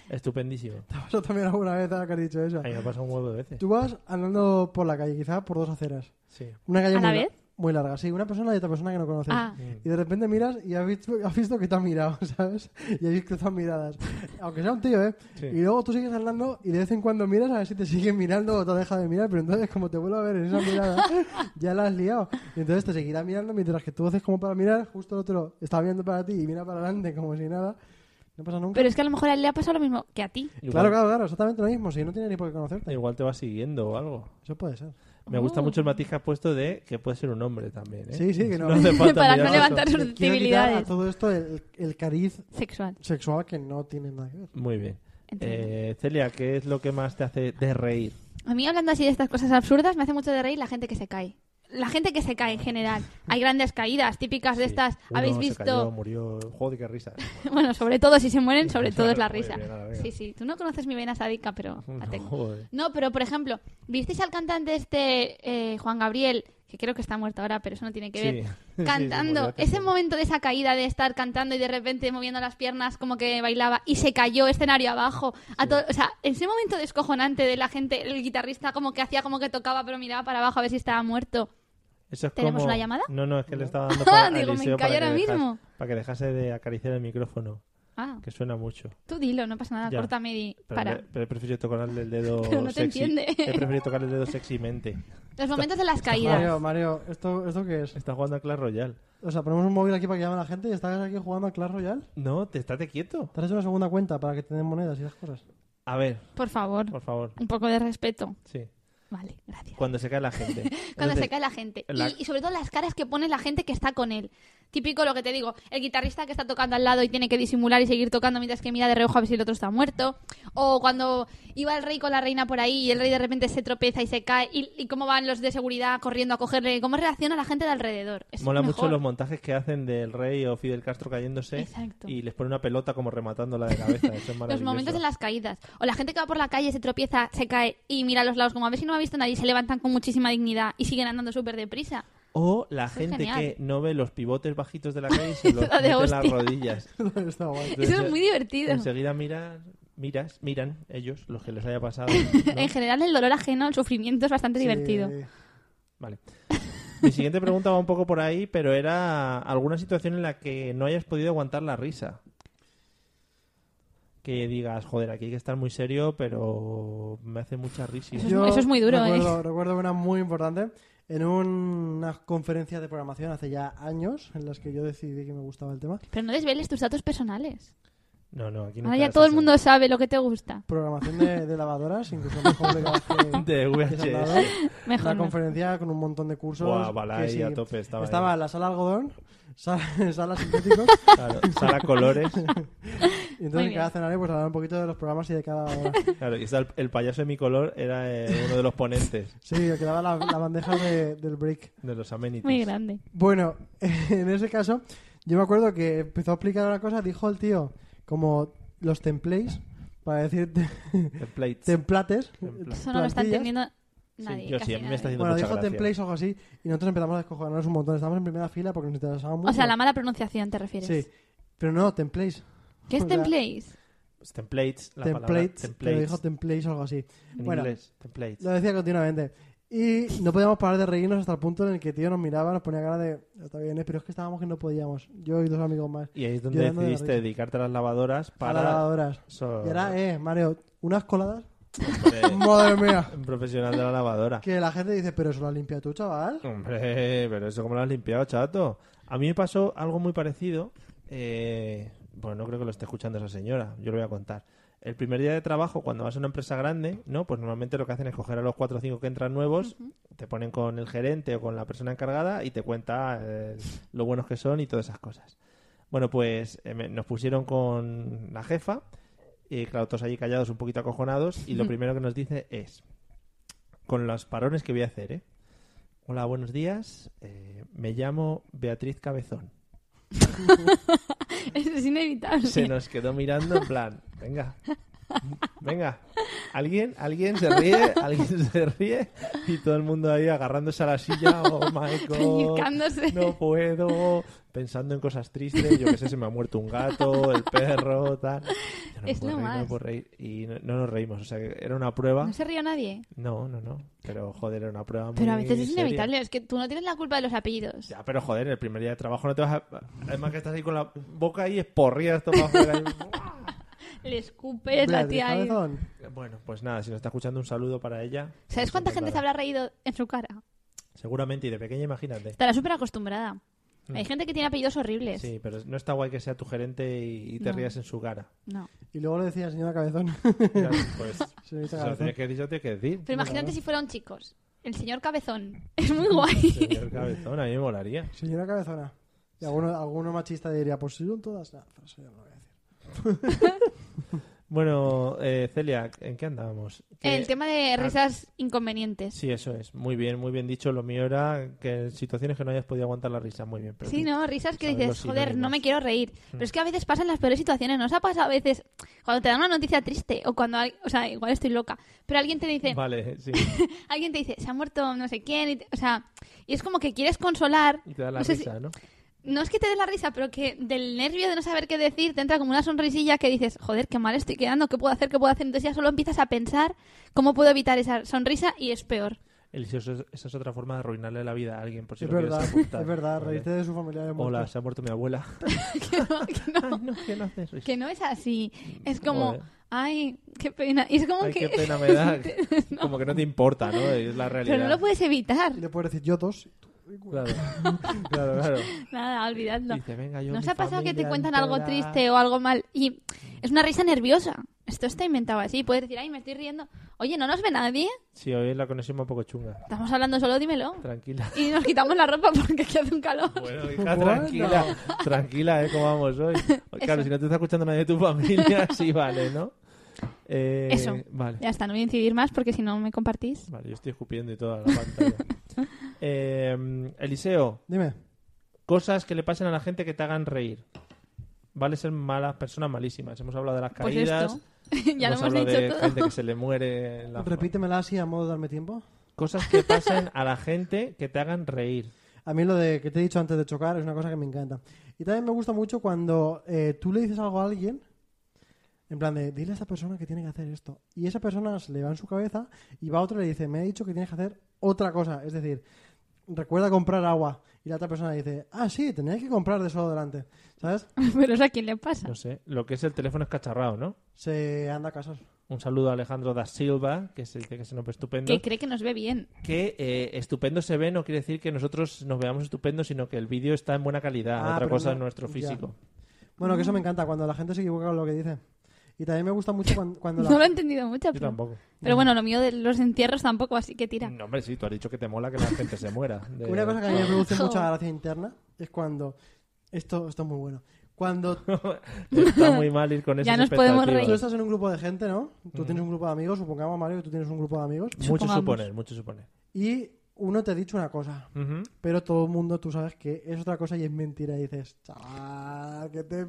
Estupendísimo. ¿Te ha pasado también alguna vez Ana, que has dicho eso? A mí me ha pasado un huevo de veces. Tú vas andando por la calle, quizá por dos aceras. Sí. Una calle ¿A la muy, la- vez? muy larga, sí, una persona y otra persona que no conoces. Ah. Mm. Y de repente miras y has visto, has visto que te han mirado, [LAUGHS] ¿sabes? Y has visto esas miradas. Aunque sea un tío, ¿eh? Sí. Y luego tú sigues hablando y de vez en cuando miras a ver si te siguen mirando o te deja de mirar, pero entonces como te vuelvo a ver en esa [LAUGHS] mirada, ya la has liado. Y entonces te seguirá mirando mientras que tú haces como para mirar, justo el otro está mirando para ti y mira para adelante como si nada. No pasa nunca. Pero es que a lo mejor a él le ha pasado lo mismo que a ti. Igual- Claro, claro, claro, exactamente lo mismo, si no tiene ni por qué conocerte. Igual te va siguiendo o algo. Eso puede ser. Me gusta Oh. mucho el matiz que has puesto de que puede ser un hombre también. ¿eh? Sí, sí, que no. [LAUGHS] hace falta Para no mirar eso. levantar Le quiero quitar a susceptibilidades. todo esto el, el cariz Sexual. sexual que no tiene nada que ver. Muy bien. Entiendo. Eh, Celia, ¿qué es lo que más te hace de reír? A mí hablando así de estas cosas absurdas me hace mucho de reír la gente que se cae. La gente que se cae en general. Hay grandes caídas típicas de estas. Uno Habéis se visto... cayó, murió. Joder, qué risa. [LAUGHS] Bueno, sobre todo si se mueren, [LAUGHS] sobre todo es la Muy risa. bien, a la venga. Sí, sí, tú no conoces mi vena sádica, [LAUGHS] pero la tengo. Joder. No, pero por ejemplo, ¿visteis al cantante este eh, Juan Gabriel, que creo que está muerto ahora, pero eso no tiene que Sí. ver? Sí, [LAUGHS] sí, Cantando, murió hace ese poco. momento de esa caída de estar cantando y de repente moviendo las piernas como que bailaba y se cayó escenario abajo. A to- o sea, ese momento descojonante de la gente, el guitarrista como que hacía como que tocaba pero miraba para abajo a ver si estaba muerto. Eso es ¿Tenemos como- una llamada? No, no, es que le estaba dando para, a [LAUGHS] Digo, me Eliseo callo para, que ahora dejase, mismo. para que dejase de acariciar el micrófono, Ah, que suena mucho. tú dilo, no pasa nada, Ya. córtame y Pero, para. le- pero he preferido tocarle [LAUGHS] el dedo Pero no te sexy. entiende. He preferido tocarle el dedo sexymente. Los momentos de las caídas. Mario, Mario, ¿esto, ¿esto qué es? Está jugando a Clash Royale. O sea, ponemos un móvil aquí para que llame a la gente y estás aquí jugando a Clash Royale. No, te estate quieto. ¿Te has hecho una segunda cuenta para que te den monedas y esas [LAUGHS] cosas? A ver, Por favor, por favor. un poco de respeto. Sí. Vale, gracias. Cuando se cae la gente. [LAUGHS] Cuando Entonces, se cae la gente. la- Y, y sobre todo las caras que pone la gente que está con él. Típico lo que te digo, el guitarrista que está tocando al lado y tiene que disimular y seguir tocando mientras que mira de reojo a ver si el otro está muerto. O cuando iba el rey con la reina por ahí y el rey de repente se tropeza y se cae. Y, y cómo van los de seguridad corriendo a cogerle. Cómo reacciona la gente de alrededor. Es Mola mucho mejor. los montajes que hacen del rey o Fidel Castro cayéndose Exacto. y les pone una pelota como rematándola de cabeza. Eso es [LAUGHS] Los maravilloso. momentos de las caídas. O la gente que va por la calle, se tropieza, se cae y mira a los lados como a ver si no me ha visto nadie. y Se levantan con muchísima dignidad y siguen andando súper deprisa. O la Eso es gente genial. que no ve los pivotes bajitos [LAUGHS] de la calle y se los La de mete en las hostia. [LAUGHS] rodillas. Está guay. Entonces, eh, Eso es muy divertido. Enseguida mirar, miras, miran ellos, los que les haya [LAUGHS] pasado. ¿no? En general, el dolor ajeno, el sufrimiento es bastante divertido. Sí. Vale. Mi siguiente pregunta va un poco por ahí, pero era alguna situación en la que no hayas podido aguantar la risa. Que digas, joder, aquí hay que estar muy serio, pero me hace mucha risa. Eso es mu- eso es muy duro, ¿eh? recuerdo, Recuerdo una muy importante. En unas conferencias de programación hace ya años en las que yo decidí que me gustaba el tema. Pero no desveles tus datos personales. No, no, aquí no. Ahora ya todo el mundo sabe lo que te gusta. Programación de, de lavadoras, incluso más complicado [LAUGHS] que, De que se han dado. VHS. Mejor. Una no. conferencia con un montón de cursos. Buah, Balay que sí. a tope estaba. ahí. Estaba la sala algodón, [LAUGHS] sala, sala sintéticos. Claro, sala colores. y Muy entonces en bien. cada escenario pues hablaba un poquito de los programas y de cada hora. Claro, y está el, el payaso de mi color era eh, uno de los ponentes Sí, el que daba la, la bandeja de- del break. de los amenities. Muy grande. Bueno, [LAUGHS] en ese caso, yo me acuerdo que empezó a explicar una cosa, dijo el tío, como los templates, para decir te- El plates. templates. Templates. Eso no lo está plantillas. entendiendo Sí, nadie. yo casi sí, a mí me nadie. está haciendo Bueno, mucha dijo gracia. templates o algo así, y nosotros empezamos a descojonarnos un montón. Estábamos en primera fila porque nos interesaba mucho. O sea, la mala pronunciación te refieres. Sí, pero no, templates. ¿Qué es O sea, templates? [LAUGHS] Pues Templates, la palabra Templates, pero templates. dijo templates o algo así. en bueno, inglés, templates. Lo decía continuamente. Y no podíamos parar de reírnos hasta el punto en el que tío nos miraba, nos ponía cara de, está bien, ¿eh? pero es que estábamos que no podíamos. Yo y dos amigos más. Y ahí es donde Llorando de la decidiste risa. dedicarte a las lavadoras para... Para lavadoras. So- Y ahora, eh, Mario, unas coladas. Hombre, Madre mía. un profesional de la lavadora. Que la gente dice, pero eso lo has limpiado tú, chaval. Hombre, pero eso como lo has limpiado, chato. A mí me pasó algo muy parecido. eh, bueno, no creo que lo esté escuchando esa señora, yo lo voy a contar. El primer día de trabajo, cuando vas a una empresa grande, ¿no? Pues normalmente lo que hacen es coger a los cuatro o cinco que entran nuevos, te ponen con el gerente o con la persona encargada y te cuenta eh, lo buenos que son y todas esas cosas. Bueno, pues eh, me- nos pusieron con la jefa, y claro, todos allí callados, un poquito acojonados, y lo primero que nos dice es, con los parones que voy a hacer, ¿eh? Hola, buenos días. Eh, me llamo Beatriz [LAUGHS] Cabezón. Eso es inevitable. Se nos quedó mirando en plan, venga, venga. Alguien, alguien se ríe, alguien [LAUGHS] se ríe y todo el mundo ahí agarrándose a la silla, oh [LAUGHS] my god, [LAUGHS] Pellizcándose. no puedo, pensando en cosas tristes, yo que sé, se me ha muerto un gato, el perro, tal. Yo no me Es puedo reír, lo no me más. puedo reír. Y no, no nos reímos, o sea, que era una prueba. No se ríe nadie. No, no, no, pero joder, era una prueba muy Pero a veces es seria. inevitable, es que tú no tienes la culpa de los apellidos. Ya, pero joder, el primer día de trabajo no te vas a... Además que estás ahí con la boca ahí esporrida, esto para afuera. ahí. Le escupes la Beatriz tía ahí. Cabezón. Bueno, pues nada, si nos está escuchando un saludo para ella. ¿Sabes cuánta gente se sabrá? habrá reído en su cara? Seguramente, y de pequeña imagínate. Estará súper acostumbrada. Mm. Hay gente que tiene apellidos horribles. Sí, pero no está guay que sea tu gerente y, y te No. rías en su [LAUGHS] cara. No. Y luego le decía, señora Cabezón. [LAUGHS] Claro, pues si Señorita se lo Cabezón. tienes que decir, yo tienes que decir. Pero imagínate si fueran chicos. El señor Cabezón. [LAUGHS] Es muy guay. [LAUGHS] Señor Cabezón, a mí me molaría. Señora Cabezona. Y alguno, alguno machista diría, pues si son todas. Nah, pero eso yo no lo voy a decir. Bueno, eh, Celia, ¿en qué andábamos? Que- El tema de risas inconvenientes. Sí, eso es. Muy bien, muy bien dicho. Lo mío era que en situaciones que no hayas podido aguantar la risa, muy bien. pero Sí, tú- ¿no? Risas que Sabes los Hmm. dices, joder, no sinónimos. me quiero reír. Pero es que a veces pasan las peores situaciones. ¿No os ha pasado a veces cuando te dan una noticia triste o cuando... hay- O sea, igual estoy loca. Pero alguien te dice, Vale, [LAUGHS] sí. alguien te dice, se ha muerto no sé quién. y te- o sea, y es como que quieres consolar. Y te da la no, sé si- risa, ¿no? no es que te dé la risa, pero que del nervio de no saber qué decir te entra como una sonrisilla que dices, joder, qué mal estoy quedando, qué puedo hacer, qué puedo hacer. Entonces ya solo empiezas a pensar cómo puedo evitar esa sonrisa y es peor. Eliseo, eso es- esa es otra forma de arruinarle la vida a alguien, por si Es lo quieres verdad, apuntar. es verdad. Vale. Reírte de su familia de Hola, se ha muerto mi [LAUGHS] abuela. que, no, que [LAUGHS] no, Ay, no, que no haces risa. que no es así. Es como, Joder. ay, qué pena. Y es como Ay, que... qué pena me da. [LAUGHS] Como que no te importa, ¿no? Es la realidad. [LAUGHS] Pero no lo puedes evitar. Y le puedes decir, yo dos. Claro, [LAUGHS] claro, claro. Nada, olvidadlo. Dice, venga, yo [LAUGHS] ¿No os mi ha pasado que te familia cuentan entera- algo triste o algo mal? Y es una risa nerviosa. Esto está inventado así. Puedes decir, ay, me estoy riendo. Oye, ¿no nos ve nadie? Sí, hoy la conexión va un poco chunga. Estamos hablando solo, dímelo. Tranquila. Y nos quitamos la ropa porque aquí hace un calor. Bueno, [LAUGHS] hija, tranquila. Tranquila, ¿eh? ¿Cómo vamos [LAUGHS] hoy? Claro, Eso. si no te está escuchando nadie de tu familia, [LAUGHS] sí, vale, ¿no? Eh, Eso. Vale. Ya está, no voy a incidir más porque si no me compartís. [LAUGHS] Vale, yo estoy escupiendo y toda la pantalla. Eh, Eliseo, Dime. cosas que le pasen a la gente que te hagan reír. Vale ser malas personas malísimas. Hemos hablado de las Pues caídas. esto. [LAUGHS] ya lo hemos hablado dicho de todo. gente que se le muere. en la- Repítemela así a modo de darme tiempo. Cosas que pasen a la gente que te hagan reír. A mí lo de que te he dicho antes de chocar es una cosa que me encanta. Y también me gusta mucho cuando eh, tú le dices algo a alguien, en plan de, dile a esa persona que tiene que hacer esto. Y esa persona se le va en su cabeza y va a otro y le dice, me he dicho que tienes que hacer otra cosa. Es decir, recuerda comprar agua. Y la otra persona dice, ah, sí, tenías que comprar de solo delante. ¿Sabes? Pero eso a quién le pasa. No sé. Lo que es el teléfono es cacharrado, ¿no? Se anda a casar. Un saludo a Alejandro da Silva, que se dice que es un hombre estupendo. Que cree que nos ve bien. Que eh, estupendo se ve no quiere decir que nosotros nos veamos estupendos, sino que el vídeo está en buena calidad. Ah, Otra pero cosa no- es nuestro ya. físico. Bueno, que eso me encanta, cuando la gente se equivoca con lo que dice. Y también me gusta mucho cuando, cuando [LAUGHS] No lo he la... entendido mucho. Yo Pero, tampoco. pero bueno, lo mío de los entierros tampoco, así que tira. No, Mm, hombre, sí, tú has dicho que te mola que la gente se [LAUGHS] muera. De- Una cosa que a mí me produce Jo. mucha gracia interna es cuando... Esto, esto es muy bueno. Cuando Está muy mal ir con esas Ya nos podemos expectativas. Tú reír. estás en un grupo de gente, ¿no? Tú tienes un grupo de amigos, supongamos, Mario, que tú tienes un grupo de amigos. Mucho Supongamos. suponer, mucho suponer. Y uno te ha dicho una cosa, Ujú. pero todo el mundo tú sabes que es otra cosa y es mentira. Y dices, chaval, que te he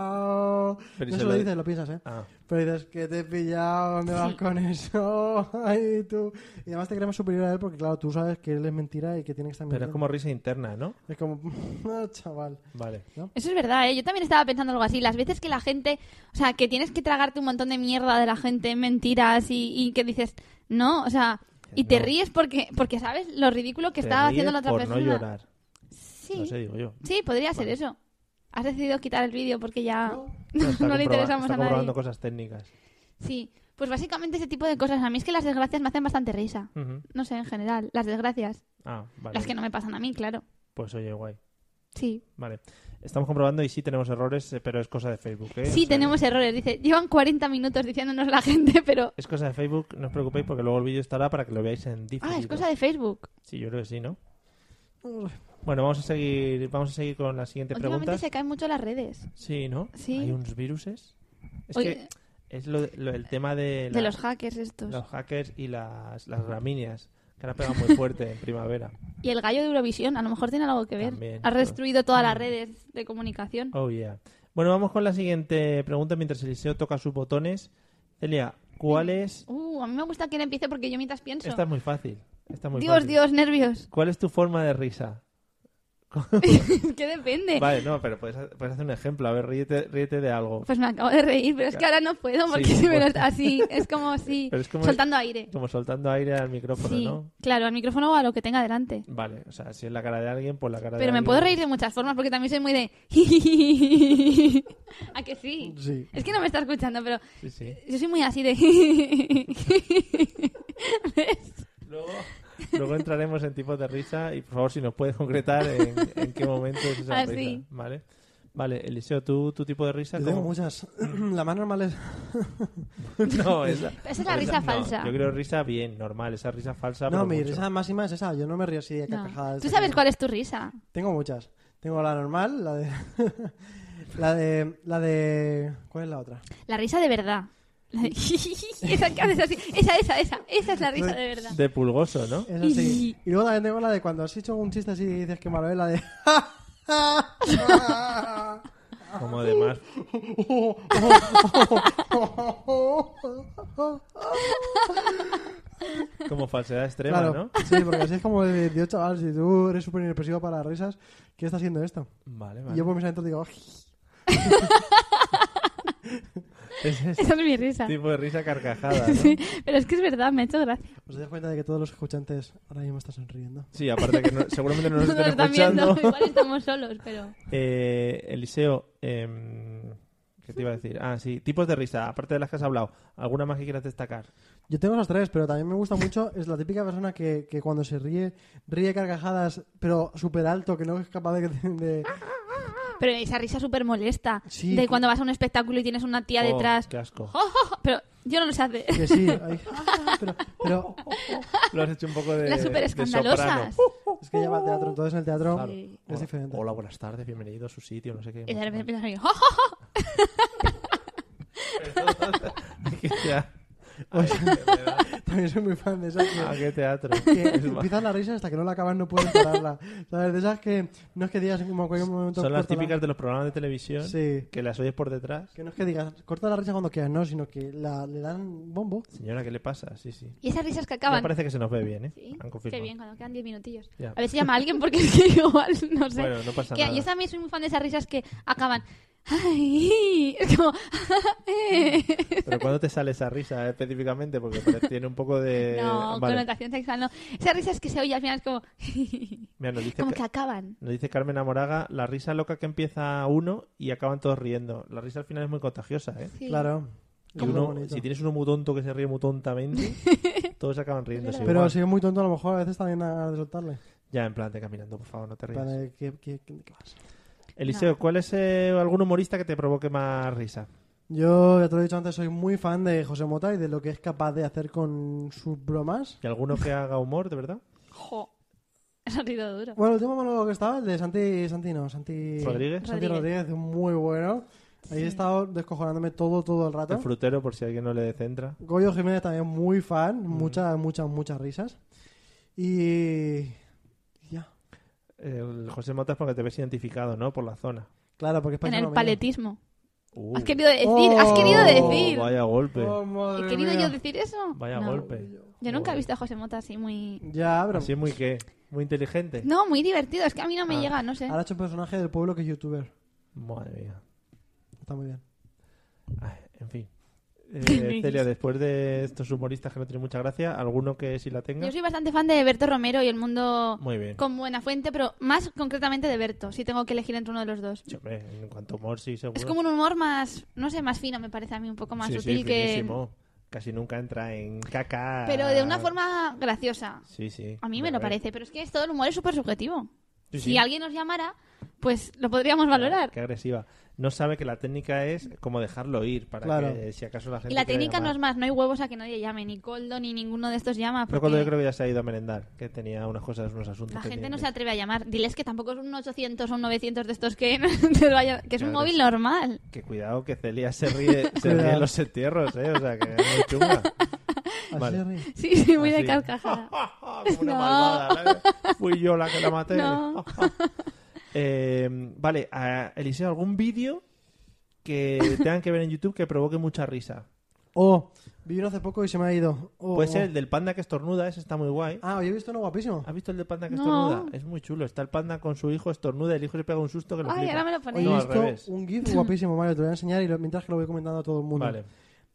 pillado. Pero y no se se lo lo- dices, lo piensas, ¿eh? Ah, Pero dices, que te he pillado, ¿dónde vas con eso? [LAUGHS] Ay, tú. Y además te crees más superior a él porque, claro, tú sabes que él es mentira y que tiene que estar pero es mintiendo. como risa interna, ¿no? Es como, [LAUGHS] "Ah, chaval. Vale. Eso es verdad, ¿eh? Yo también estaba pensando algo así. Las veces que la gente... O sea, que tienes que tragarte un montón de mierda de la gente, mentiras y, y que dices... No, o sea... gracias. Y te No, ríes porque, porque sabes lo ridículo que te estaba haciendo ríes la otra por persona. no llorar. Sí, No sé, digo [LAUGHS] yo. sí, podría ser eso. Has decidido quitar el vídeo porque ya no, Está le comproba- interesamos está a nadie. comprobando cosas técnicas. Sí, pues básicamente ese tipo de cosas. A mí es que las desgracias me hacen bastante risa. Ujú. No sé, en general, las desgracias. Ah, vale. Las que no me pasan a mí, claro. Pues oye, guay. Sí. Vale. Estamos comprobando y sí tenemos errores, eh, pero es cosa de Facebook, ¿eh? O Sí, sea, tenemos errores. Dice, llevan 40 minutos diciéndonos la gente, pero... Es cosa de Facebook, no os preocupéis porque luego el vídeo estará para que lo veáis en diferido. Ah, es cosa de Facebook. Sí, yo creo que sí, ¿no? Bueno, vamos a seguir, vamos a seguir con las siguientes Últimamente preguntas. se caen mucho las redes. Sí, ¿no? Sí. Hay unos viruses. Es Oye, que es lo, de- lo- el tema de, de la- los hackers estos. los hackers y las, las gramíneas, que han pegado muy fuerte en primavera. Y el gallo de Eurovisión, a lo mejor tiene algo que ver. También, ha todo. destruido todas las redes de comunicación. Oh, yeah. Bueno, vamos con la siguiente pregunta mientras Eliseo toca sus botones. Celia, ¿cuál es...? Uh, a mí me gusta que él empiece porque yo mientras pienso. Esta es muy fácil. Esta es muy Dios, fácil. Dios, nervios. [LAUGHS] ¿Cuál es tu forma de risa? es que depende. Vale, no, pero puedes, ha- puedes hacer un ejemplo. A ver, ríete, ríete de algo. Pues me acabo de reír, pero es que ahora no puedo porque Sí, si [LAUGHS] me lo- bueno. así es como si [LAUGHS] Pero es como- soltando aire. Como soltando aire al micrófono, Sí, ¿no? claro, al micrófono o a lo que tenga delante. Vale, o sea, si es la cara de alguien, pues la cara de Pero me alguien. puedo reír de muchas formas porque también soy muy de [LAUGHS] ¿A que sí? Sí. Es que no me está escuchando, pero Sí, sí. [LAUGHS] yo soy muy [LAUGHS] así de Luego, luego entraremos en tipos de risa y por favor si nos puedes concretar en, en qué momento es esa Ah, risa. sí. Vale. Vale, Eliseo, ¿tú, tu tipo de risa? [LAUGHS] Yo tengo cómo? muchas. [CLEARS THROAT] la más normal es. No, esa, Esa es la risa no, falsa. yo creo risa bien, normal, esa risa falsa. [LAUGHS] No, pero mi mucho. risa máxima es esa. Yo no me río así de No. carcajadas. Tú sabes cuál es tu risa. Tengo muchas. Tengo la normal, la de. [LAUGHS] la de. La de. ¿Cuál es la otra? La risa de verdad. La de [LAUGHS] esa que haces así. Esa, esa, esa. Esa es la risa de verdad. De pulgoso, ¿no? Eso sí. Y luego también tengo la de cuando has hecho un chiste así y dices que malo es la de. Como de [LAUGHS] más. Como falsedad extrema, claro, ¿no? sí, porque así es como de Dios, chaval, si tú eres súper inexpresivo para las risas, ¿qué está haciendo esto? Vale, Y vale. yo por mis adentros digo, [LAUGHS] Ese es Esa es mi risa. tipo de risa [LAUGHS] carcajada, ¿no? Sí, pero es que es verdad, me ha hecho gracia. ¿os dais cuenta de que todos los escuchantes ahora mismo están sonriendo? Sí, aparte que no- [LAUGHS] seguramente no nos No nos estén están viendo, escuchando. igual estamos solos, pero... [LAUGHS] Eh, Eliseo, em, ¿qué te iba a decir? Ah, sí, tipos de risa, aparte de las que has hablado. ¿Alguna más que quieras destacar? Yo tengo los tres, pero también me gusta mucho, es la típica persona que, que cuando se ríe, ríe carcajadas, pero súper alto, que no es capaz de... de- Pero esa risa súper molesta. Sí, de que- cuando vas a un espectáculo y tienes una tía Oh, detrás. Qué [LAUGHS] asco. Pero yo no lo [LAUGHS] sé hacer. que sí, ay, pero, pero Lo has hecho un poco de. Las súper de escandalosas. soprano. es que ya va al teatro, entonces en el teatro Claro. Oh, Sí. es diferente. Hola, buenas tardes, bienvenido a su sitio, no sé qué. Y de repente empiezas a reír. [LAUGHS] ¿A qué teatro? También soy muy fan de esas que- ¿A qué [LAUGHS] teatro? que Ah. [LAUGHS] Es más, empiezan la risa hasta que no la acaban, no pueden pararla. ¿Sabes? De esas que no es que digas como en cualquier momento... Son las "Córtala". típicas de los programas de televisión Sí. que las oyes por detrás. Que no es que digas, corta la risa cuando quieras, no, sino que la, le dan bombo. Señora, ¿qué le pasa? Sí, sí. Y esas risas que Me acaban. parece que se nos ve bien, ¿eh? Sí, Han confirmado. qué bien, cuando quedan 10 minutillos. Ya. A ver si llama a alguien porque [LAUGHS] es que igual, no sé. Bueno, no pasa Que nada. Yo también soy muy fan de esas risas que acaban. ¡Ay! [LAUGHS] Es como. Pero ¿cuándo te sale esa risa específicamente? Porque parece- tiene un poco de... [LAUGHS] no, Eh, Vale. connotación sexual no. Esas risas que se oye al final es como. [LAUGHS] Mira, nos dice como Ca- que acaban. Nos dice Carmen Amoraga, la risa loca que empieza uno y acaban todos riendo. La risa al final es muy contagiosa, ¿eh? Sí. Claro. Y Es muy uno- bonito. si tienes uno muy tonto que se ríe muy [LAUGHS] tontamente, todos acaban riéndose. Pero igual. si es muy tonto, a lo mejor a veces también a de soltarle. Ya, en plan, te caminando, por favor, no te rías. Para que- que- que- que vas. Eliseo, ¿cuál es eh, algún humorista que te provoque más risa? Yo, ya te lo he dicho antes, soy muy fan de José Mota y de lo que es capaz de hacer con sus bromas. ¿Y alguno que haga humor, de verdad? Jo. Ha salido duro. Bueno, el último monólogo que estaba, el de Santi, Santi no, Santi Rodríguez. Santi Rodríguez, muy bueno. Ahí he estado descojonándome todo, todo el rato. El frutero, por si alguien no le centra. Goyo Jiménez también muy Mm. fan, muchas, muchas, muchas risas. Y... y Ya. El José Motas porque te ves identificado, ¿no? Por la zona. Claro, porque es Pues En paisano el mío. paletismo. Uh. Has querido decir, has Oh, querido Oh, decir. vaya golpe. Oh, ¿He madre querido mía. yo decir eso? Vaya No. golpe. Yo nunca he Joder. visto a José Mota así Ah. muy. Ya, pero... Así muy qué, muy inteligente. No, muy divertido. Es que a mí no me Ah. llega, no sé. Ahora ha hecho un personaje del pueblo que es youtuber. Madre mía. Está muy bien. [LAUGHS] Ay, en fin. eh, Celia, después de estos humoristas que no tienen mucha gracia, alguno que sí la tenga? Yo soy bastante fan de Berto Romero y el mundo Muy bien. con buena fuente, pero más concretamente de Berto, si tengo que elegir entre uno de los dos. Sí, hombre, en cuanto a humor, sí, seguro. Es como un humor más, no sé, más fino me parece a mí, un poco más Sí, sí, sutil que... finísimo. Ah. Casi nunca entra en caca. Pero de una forma graciosa. Sí, sí. A mí me lo Hombre, parece, pero es que es todo el humor es súper subjetivo. Sí, Si sí. alguien nos llamara, pues lo podríamos Ah, valorar. Qué agresiva. No sabe que la técnica es como dejarlo ir para Claro. que si acaso la gente. Y la quiere técnica no llamar. es más, no hay huevos a que nadie llame, ni Coldo ni ninguno de estos llama. Pero cuando yo porque creo ¿eh? que ya se ha ido a merendar, que tenía unas cosas, unos asuntos. La gente no pendientes. se atreve a llamar. Diles que tampoco es un 800 o un 900 de estos que, [LAUGHS] te lo haya- que es un Claro, móvil sí. normal. Que cuidado que Celia se [LAUGHS] ríe, se Cuidado. ríe en los entierros, ¿eh? O sea, que es muy chunga. Así Vale. se ríe. Sí, sí, muy Así. de carcajada. [LAUGHS] Como una No. malvada. ¿eh? Fui yo la que la maté. [LAUGHS] No. Eh, vale, a- Eliseo, ¿algún vídeo que tengan que ver en YouTube que provoque mucha risa? Oh, vi uno hace poco y se me ha ido. Oh. Puede ser Pues el del panda que estornuda, ese está muy guay. Ah, yo he visto uno guapísimo. ¿Has visto el del panda que No. estornuda? Es muy chulo. Está el panda con su hijo, estornuda, el hijo le pega un susto que lo Ay, flipa. ahora me lo ponéis. Hoy No, he al revés. visto un GIF guapísimo, Mario. Te lo voy a enseñar y lo- mientras que lo voy comentando a todo el mundo. Vale.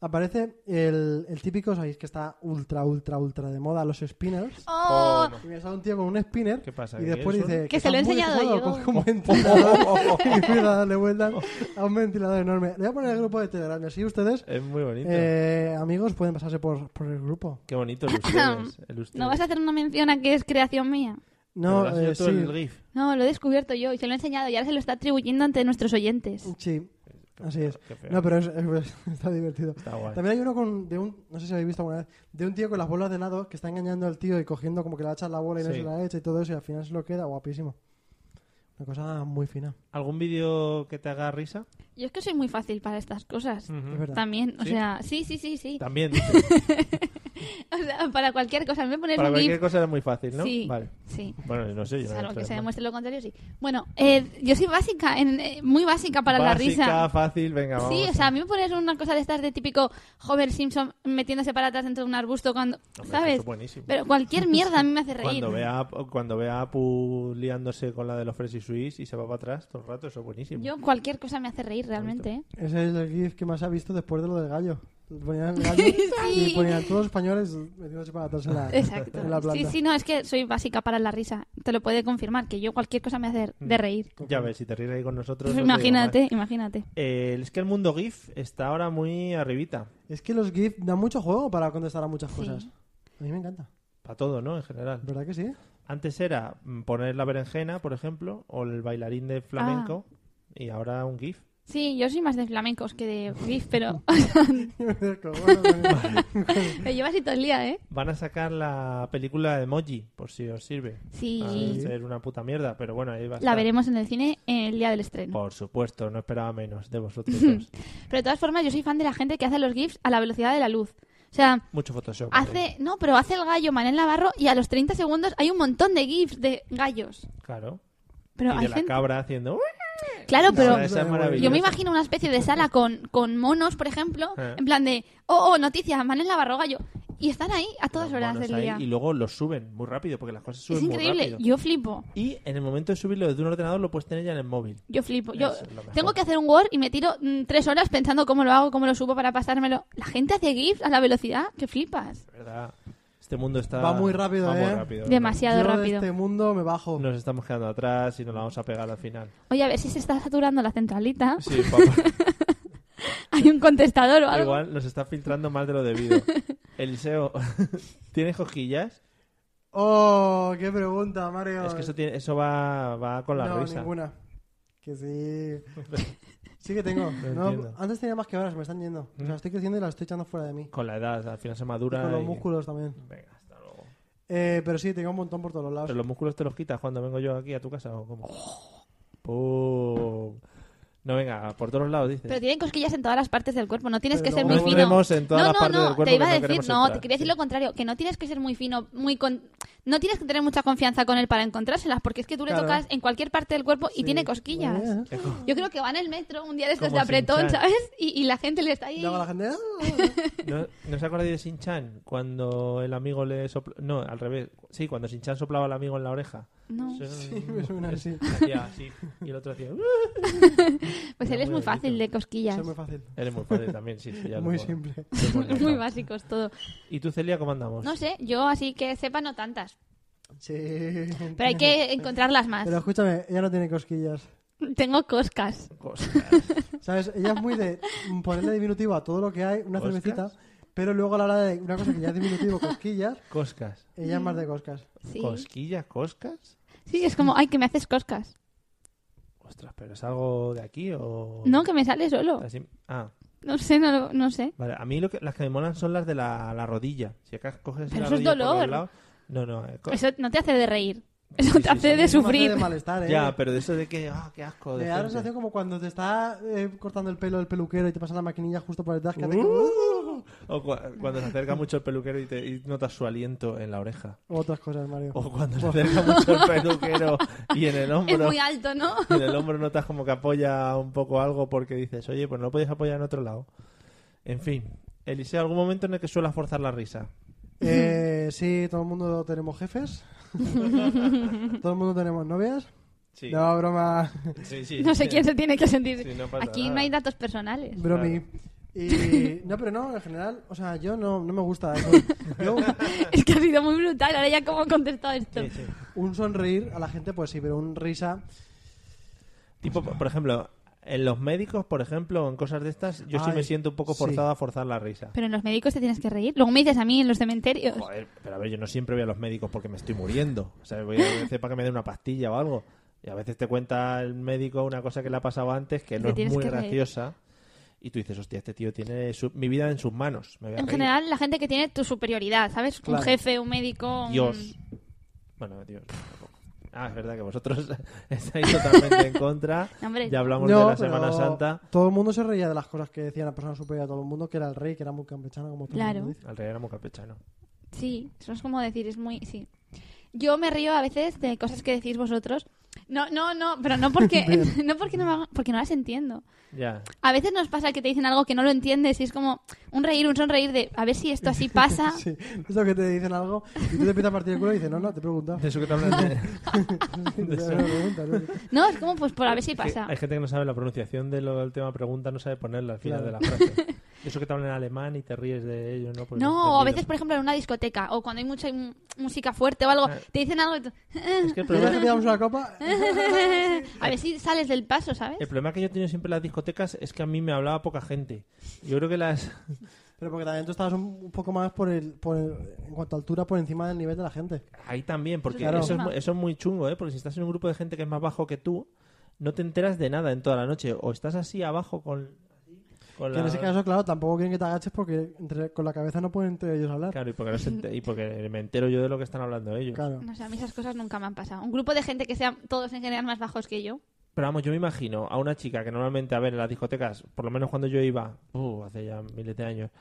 Aparece el, el típico, sabéis que está ultra, ultra, ultra de moda, los spinners. Oh, Y me sale un tío con un spinner. ¿Qué pasa, Y que después quieres dice. uno? Que se lo he está muy enseñado desfasado, yo. Coge un ventilador [LAUGHS] y empieza a darle vueltas a un ventilador enorme. Le voy a poner el grupo de Telegram. y Así ustedes, Es muy bonito. eh, amigos, pueden pasarse por, por el grupo. Qué bonito el ustedes. El ustedes. [LAUGHS] ¿no vas a hacer una mención a que es creación mía? Pero No, lo has eh, hecho sí. tú el GIF. No, lo he descubierto yo y se lo he enseñado y ahora se lo está atribuyendo ante nuestros oyentes. Sí, así es. Qué feo. No, pero es- es- [LAUGHS] está divertido. Está guay. También hay uno con, de un, no sé si habéis visto alguna vez, de un tío con las bolas de nado que está engañando al tío y cogiendo como que le echa la bola y no Sí. se la echa y todo eso y al final se lo queda guapísimo. Una cosa muy fina, ¿Algún vídeo que te haga [LAUGHS] risa? Yo es que soy muy fácil para estas cosas. es verdad. También, o ¿Sí? sea, Mm. sí, sí, sí, sí. También. dices. [LAUGHS] O sea, para cualquier cosa, me pones Para un GIF. cualquier cosa es muy fácil, ¿no? Sí. Vale. Sí. Bueno, no sé. Yo no Salvo entro que en se más. demuestre lo contrario, sí. Bueno, eh, yo soy básica, en- eh, muy básica para Básica, la risa. fácil, venga, vamos. Sí, o sea, a mí me pones una cosa de estas de típico Homer Simpson metiéndose para atrás dentro de un arbusto cuando, Hombre, eso ¿sabes? es buenísimo. Pero cualquier mierda a mí me hace [LAUGHS] reír. Cuando vea, cuando vea a Apu liándose con la de los Fresh y Swiss y se va para atrás todo el rato, eso es buenísimo. Yo cualquier cosa me hace reír realmente, ¿eh? Ese es el GIF que más se ha visto después de lo del gallo. Ponían el [LAUGHS] gallo y ponían todos los españoles metiéndose para atrás en la, Exacto. en la planta. Sí, sí, no, es que soy básica para la risa. Te lo puede confirmar, que yo cualquier cosa me hace de reír. Ya ves, si te ríes ahí con nosotros. Pues no Mm. te digo imagínate, más. imagínate. Eh, es que el mundo GIF está ahora muy arribita. Es que los GIF dan mucho juego para contestar a muchas Sí. cosas. A mí me encanta. Para todo, ¿no? En general. ¿Verdad que sí? [LAUGHS] Antes era mm, poner la berenjena, por ejemplo, o el bailarín de Ah. flamenco, y ahora un GIF. Sí, yo soy más de flamencos que de GIF, [LAUGHS] pero Yo me descojono con eso. [LAUGHS] lo llevas y todo el día, ¿eh? Van a sacar la película de Emoji, por si os sirve. Sí. Va a ser una puta mierda, pero bueno, ahí va a La estar. veremos en el cine el día del estreno. Por supuesto, no esperaba menos de [LAUGHS] vosotros dos. Pero de todas formas, yo soy fan de la gente que hace los GIFs a la velocidad de la luz. O sea, Mucho Photoshop. ¿eh? ahí. hace. No, pero hace el gallo Manel Navarro y a los 30 segundos hay un montón de GIFs de gallos. Claro. Pero y hay de la gente. cabra haciendo... Claro, pero. Esa- esa es maravillosa. Yo me imagino una especie de sala con, con monos, por ejemplo, Eh. en plan de, oh, oh, noticia, Manel Navarro, gallo. Y están ahí a todas Los horas monos del ahí, día. Y luego los suben muy rápido, porque las cosas Es suben muy increíble, rápido. yo flipo, Y en el momento de subirlo desde un ordenador lo puedes tener ya en el móvil. yo flipo. Pues Yo Eso es lo mejor. tengo que hacer un Word y me tiro mm, tres horas pensando cómo lo hago, cómo lo subo para pasármelo. La gente hace GIFs a la velocidad que flipas. De verdad, este mundo está... Va muy rápido, va muy ¿eh? rápido, ¿verdad? Demasiado Yo de rápido. este mundo me bajo. Nos estamos quedando atrás y nos la vamos a pegar al final. Oye, a ver si se está saturando la centralita. [LAUGHS] Sí, papá. Hay un contestador o algo. Igual nos está filtrando más de lo [LAUGHS] debido. E [LAUGHS] Eliseo, ¿tienes cosquillas? Oh, qué pregunta, Mario. Es que eso, tiene- eso va, va con la no, risa. ninguna. [LAUGHS] Que sí. sí que tengo. No, entiendo. antes tenía más que ahora, se me están yendo. O sea, estoy creciendo y las estoy echando fuera de mí. Con la edad, al final se Y madura. con los y- músculos también. Venga, hasta luego. Eh, pero sí, tengo un montón por todos los lados. ¿Pero los músculos te los quitas cuando vengo yo aquí a tu casa o cómo? Oh. Pum. No, venga, por todos lados dices. Pero tienen cosquillas en todas las partes del cuerpo, no tienes Pero que ser no muy fino. entremos en todas no, las no, partes no, del cuerpo te que iba a no decir, queremos no, entrar. te quería decir lo contrario, que no tienes que ser muy fino, muy con... no tienes que tener mucha confianza con él para encontrárselas, porque es que tú le Claro. tocas en cualquier parte del cuerpo y tiene cosquillas. Eh, Yo creo que va en el metro un día de estos Como de apretón, Shin-chan. ¿sabes? Y, y la gente le está ahí. Luego la gente. "Ah". ¿No, ¿no os acordáis de Shin-Chan? Cuando el amigo le soplaba... No, al revés. Sí, cuando Shin-Chan soplaba al amigo en la oreja. No. Eso- Sí, me suena así. Hacía así. Y el otro hacía... "Uh". Pues él es muy fácil de cosquillas. Eso es muy fácil. Eres muy padre también, sí. sí, ya lo Muy puedo- simple. lo puedo notar. [LAUGHS] Muy básicos todo. ¿Y tú, Celia, cómo andamos? No sé, yo así que sepa no tantas. Sí. [LAUGHS] Pero hay que encontrarlas más. Pero escúchame, ella no tiene cosquillas. Tengo coscas. Cosas. ¿Sabes? Ella es muy de ponerle diminutivo a todo lo que hay, una ¿Coscas? cervecita, pero luego a la hora de una cosa que ya es diminutivo, cosquillas, Coscas. ella es más de coscas. Sí. ¿Cosquillas? ¿Coscas? sí, es como, ay, que me haces coscas. Ostras, ¿pero es algo de aquí o...? No, que me sale solo. Así- Ah, No sé, no, lo- no sé. vale. A mí lo que, las que me molan son las de la, la rodilla. Si acá coges Pero la eso es rodilla por los dolor. lados- No, no. eh, co- Eso no te hace de reír. Sí, Eso sí, te hace sí. de Es más sufrir. de malestar, ¿eh? Ya, pero de eso de que... Ah, qué asco. Me De da la gente. sensación como cuando te está eh, cortando el pelo el peluquero y te pasa la maquinilla justo por detrás. que hace como- Uh, uh, O cua- cuando se acerca mucho el peluquero y, te, y notas su aliento en la oreja. O otras cosas, Mario. O cuando se acerca mucho el peluquero y en el [LAUGHS] Es hombro... muy alto, ¿no? y en el hombro notas como que apoya un poco algo porque dices, oye, pues no lo podías apoyar en otro lado. En fin. Eliseo, ¿algún momento en el que suelas forzar la risa? Eh, sí, todo el mundo tenemos jefes. todo el mundo tenemos novias. Sí. No, broma. sí, sí. No sé quién se tiene que sentir. Sí, no pasa Aquí no nada. hay datos personales. Bromi. Y... No, pero no, en general, o sea, yo no, no me gusta eso. Yo [LAUGHS] Es que ha sido muy brutal. Ahora ya cómo he contestado esto. Sí, sí. un sonreír a la gente, pues sí, pero un risa... Tipo, por ejemplo, en los médicos, por ejemplo, en cosas de estas, yo sí Ay, me siento un poco sí. forzado a forzar la risa. Pero en los médicos te tienes que reír. Luego me dices a mí en los cementerios. Joder, pero a ver, yo no siempre voy a los médicos porque me estoy muriendo. O sea, [LAUGHS] voy a veces para que me den una pastilla o algo. Y a veces te cuenta el médico una cosa que le ha pasado antes que Y no te es tienes muy que reír. graciosa. Y tú dices, hostia, este tío tiene su- mi vida en sus manos. Me voy a En reír. general, la gente que tiene tu superioridad, ¿sabes? Claro. Un jefe, un médico. un- Dios. Bueno, Dios. tampoco. Ah, es verdad que vosotros [LAUGHS] estáis totalmente en contra. [LAUGHS] No, hombre. Ya hablamos No, de la pero Semana Santa. Todo el mundo se reía de las cosas que decía la persona superior a todo el mundo, que era el rey, que era muy campechano, como todo Claro. el mundo dice. Al rey éramos campechano. Sí, eso es como decir, es muy. Sí. Yo me río a veces de cosas que decís vosotros. No, no, no, pero [LAUGHS] no porque [LAUGHS] no porque no, me hagan- porque no las entiendo. Ya. A veces nos pasa que te dicen algo que no lo entiendes y es como un reír, un sonreír de a ver si esto [LAUGHS] así [LAUGHS] pasa. Sí, es lo que te dicen algo y tú te empiezas a partir el culo y dices, no, no, te [LAUGHS] he preguntado. De eso que te hablan de- Sí, [LAUGHS] de eso. te preguntas, ¿no? No, es como pues por a ver si Que pasa. Hay gente que no sabe la pronunciación de lo- del tema pregunta, no sabe ponerla al final Claro. de la frase. [LAUGHS] De Eso que te hablan en alemán y te ríes de ello, pues, ¿no? Porque No, o a entendido. veces, por ejemplo, en una discoteca o cuando hay mucha mm, música fuerte o algo, Eh. Ah. te dicen algo y tú, Es que el ¿Quieres que problema, te damos una copa? [LAUGHS] [LAUGHS] a ver si sales del paso, ¿sabes? Eh. el problema que yo he tenido siempre en las discotecas es que a mí me hablaba poca gente. Yo creo que las... Pero porque también tú estabas un, un poco más por el, por el- en cuanto a altura, por encima del nivel de la gente. Ahí también, porque Claro. eso, es, mu- eso es muy chungo, ¿eh? Porque si estás en un grupo de gente que es más bajo que tú, no te enteras de nada en toda la noche. O estás así abajo con... con Que en la- ese caso, claro, tampoco quieren que te agaches porque entre- con la cabeza no pueden entre ellos hablar. Claro, y porque, no se ente- y porque me entero yo de lo que están hablando ellos. Claro. No sé, a mí esas cosas nunca me han pasado. Un grupo de gente que sean todos en general más bajos que yo. Pero vamos, yo me imagino a una chica que normalmente, a ver, en las discotecas, por lo menos cuando yo iba, uh, hace ya miles de años,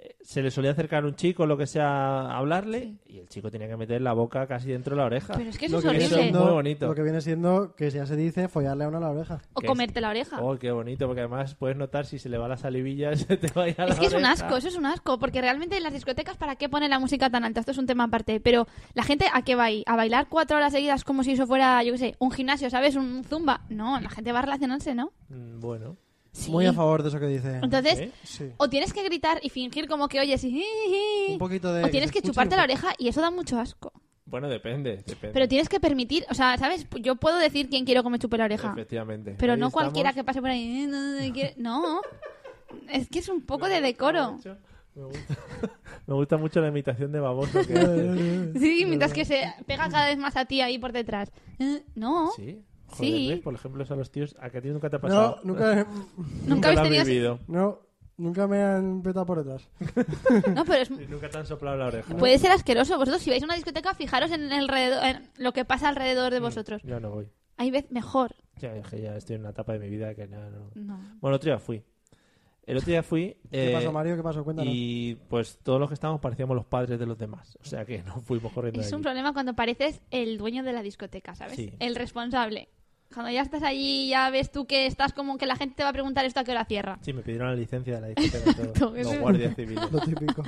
eh, se le solía acercar un chico, lo que sea, a hablarle, y el chico tenía que meter la boca casi dentro de la oreja. Pero es que eso Lo es que viene eso horrible. es muy bonito. Lo que viene siendo que ya se dice follarle a una a la oreja. O que comerte la oreja. Oh, qué bonito, porque además puedes notar si se le va la salivilla, [LAUGHS] se te va a ir a la Es que es un oreja. asco, eso es un asco, porque realmente en las discotecas, ¿para qué ponen la música tan alta? Esto es un tema aparte, pero la gente, ¿a qué va ahí? ¿A bailar cuatro horas seguidas como si eso fuera, yo qué sé, un gimnasio, ¿sabes? Un zumba. No, la gente va a relacionarse, ¿no? Mm, Bueno, ¿eh? Sí. Muy a favor de eso que dice. Entonces, ¿Sí? Sí. o tienes que gritar y fingir como que oyes y... Un poquito de. o tienes se que escuche chuparte un la poco. oreja y eso da mucho asco. bueno, depende, depende. Pero tienes que permitir, o sea, ¿sabes? Yo puedo decir quién quiero que me chupe la oreja. Efectivamente. Pero Ahí no estamos. cualquiera que pase por ahí. "Eh, No, no, quiero-". [LAUGHS] No. es que es un poco de decoro. Me gusta, [LAUGHS] me gusta mucho la imitación de baboso que [LAUGHS] Eh, hace. Sí, mientras que se pega cada vez más a ti ahí por detrás. "Eh, No. Sí. Joder, Sí. ¿ves? Por ejemplo, eso a los tíos, ¿a que a ti nunca te ha pasado? [LAUGHS] No, nunca, Nunca lo habéis has tenido. ese- vivido. no, nunca me han petado por detrás. No, pero es- Y nunca te han soplado la oreja. Puede ser asqueroso. Vosotros, si vais a una discoteca, fijaros en, alrededor, en lo que pasa alrededor Mm. de vosotros. Yo no voy. Hay vez mejor. Ya, es que ya estoy en una etapa de mi vida que ya no. No. Bueno, otro día fui. El otro día fui. [LAUGHS] ¿Qué eh, pasó, Mario? ¿Qué pasó? Cuéntanos. Y pues todos los que estábamos parecíamos los padres de los demás. O sea que no fuimos corriendo. Es de un allí. problema cuando pareces el dueño de la discoteca, ¿sabes? Sí. El responsable. Cuando ya estás allí, ya ves tú que estás como que la gente te va a preguntar esto a qué hora cierra. Sí, me pidieron la licencia de la discoteca. [LAUGHS] y todo. Exacto, los eso- guardias [LAUGHS] civiles. Lo típico.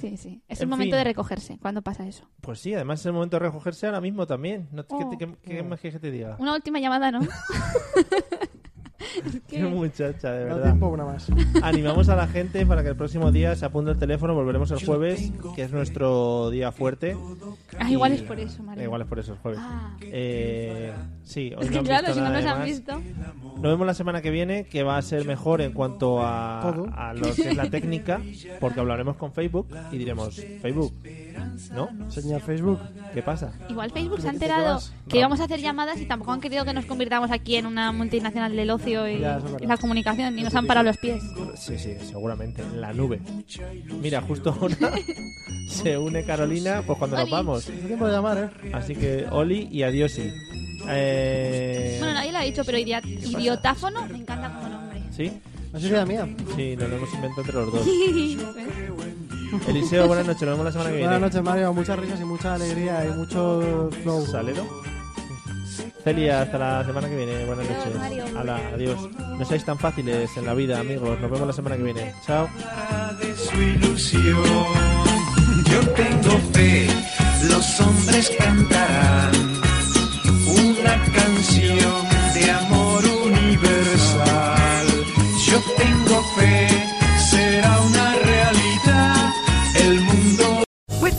Sí, sí. Es En el momento fin. de recogerse cuando pasa eso. Pues sí, además es el momento de recogerse ahora mismo también. No, te- Oh. ¿Qué, qué- qué más quieres que te diga? Una última [LAUGHS] llamada, ¿no? Es Qué [LAUGHS] que- muchacha, de Da verdad. tiempo a una más. Animamos a la gente para que el próximo día se apunte el teléfono. Volveremos el jueves, que es nuestro día fuerte. Ah, igual Y- es por eso, Mario. Igual es por eso, el jueves. Ah. Eh, sí, hoy Es no que han claro, visto si no nada nos de han más. visto. Nos vemos la semana que viene, que va a ser mejor en cuanto a, Todo. a lo que es la técnica, porque hablaremos con Facebook y diremos, Facebook, ¿no? Señor Facebook. ¿Qué pasa? Igual Facebook se ha ¿De qué enterado vas? que No. íbamos a hacer llamadas y tampoco han querido que nos convirtamos aquí en una multinacional del ocio y, Ya, eso es verdad. y la comunicación y nos han parado los pies. Sí, sí, seguramente, en la nube. Mira, justo [LAUGHS] ahora se une Carolina, pues cuando nos Oli. vamos. No tiempo de llamar, ¿eh? Así que, Oli y adiosi. Eh, Bueno, nadie lo ha dicho, pero idia- idiotáfono me encanta como [LAUGHS] nombre. ¿Sí? No es idea mía. Sí, nos lo hemos inventado entre los [LAUGHS] dos. Eliseo, buenas noches, nos vemos la semana que viene. Buenas noches, Mario. Muchas risas y mucha alegría y mucho flow. Salero. Celia, hasta la semana que viene. Buenas Adiós, noches. Mario. Hala, adiós. No seáis tan fáciles en la vida, amigos. Nos vemos la semana que viene. Chao. de su ilusión. Yo tengo fe, los hombres cantarán una canción de amor universal. Yo tengo fe, será una realidad, el mundo With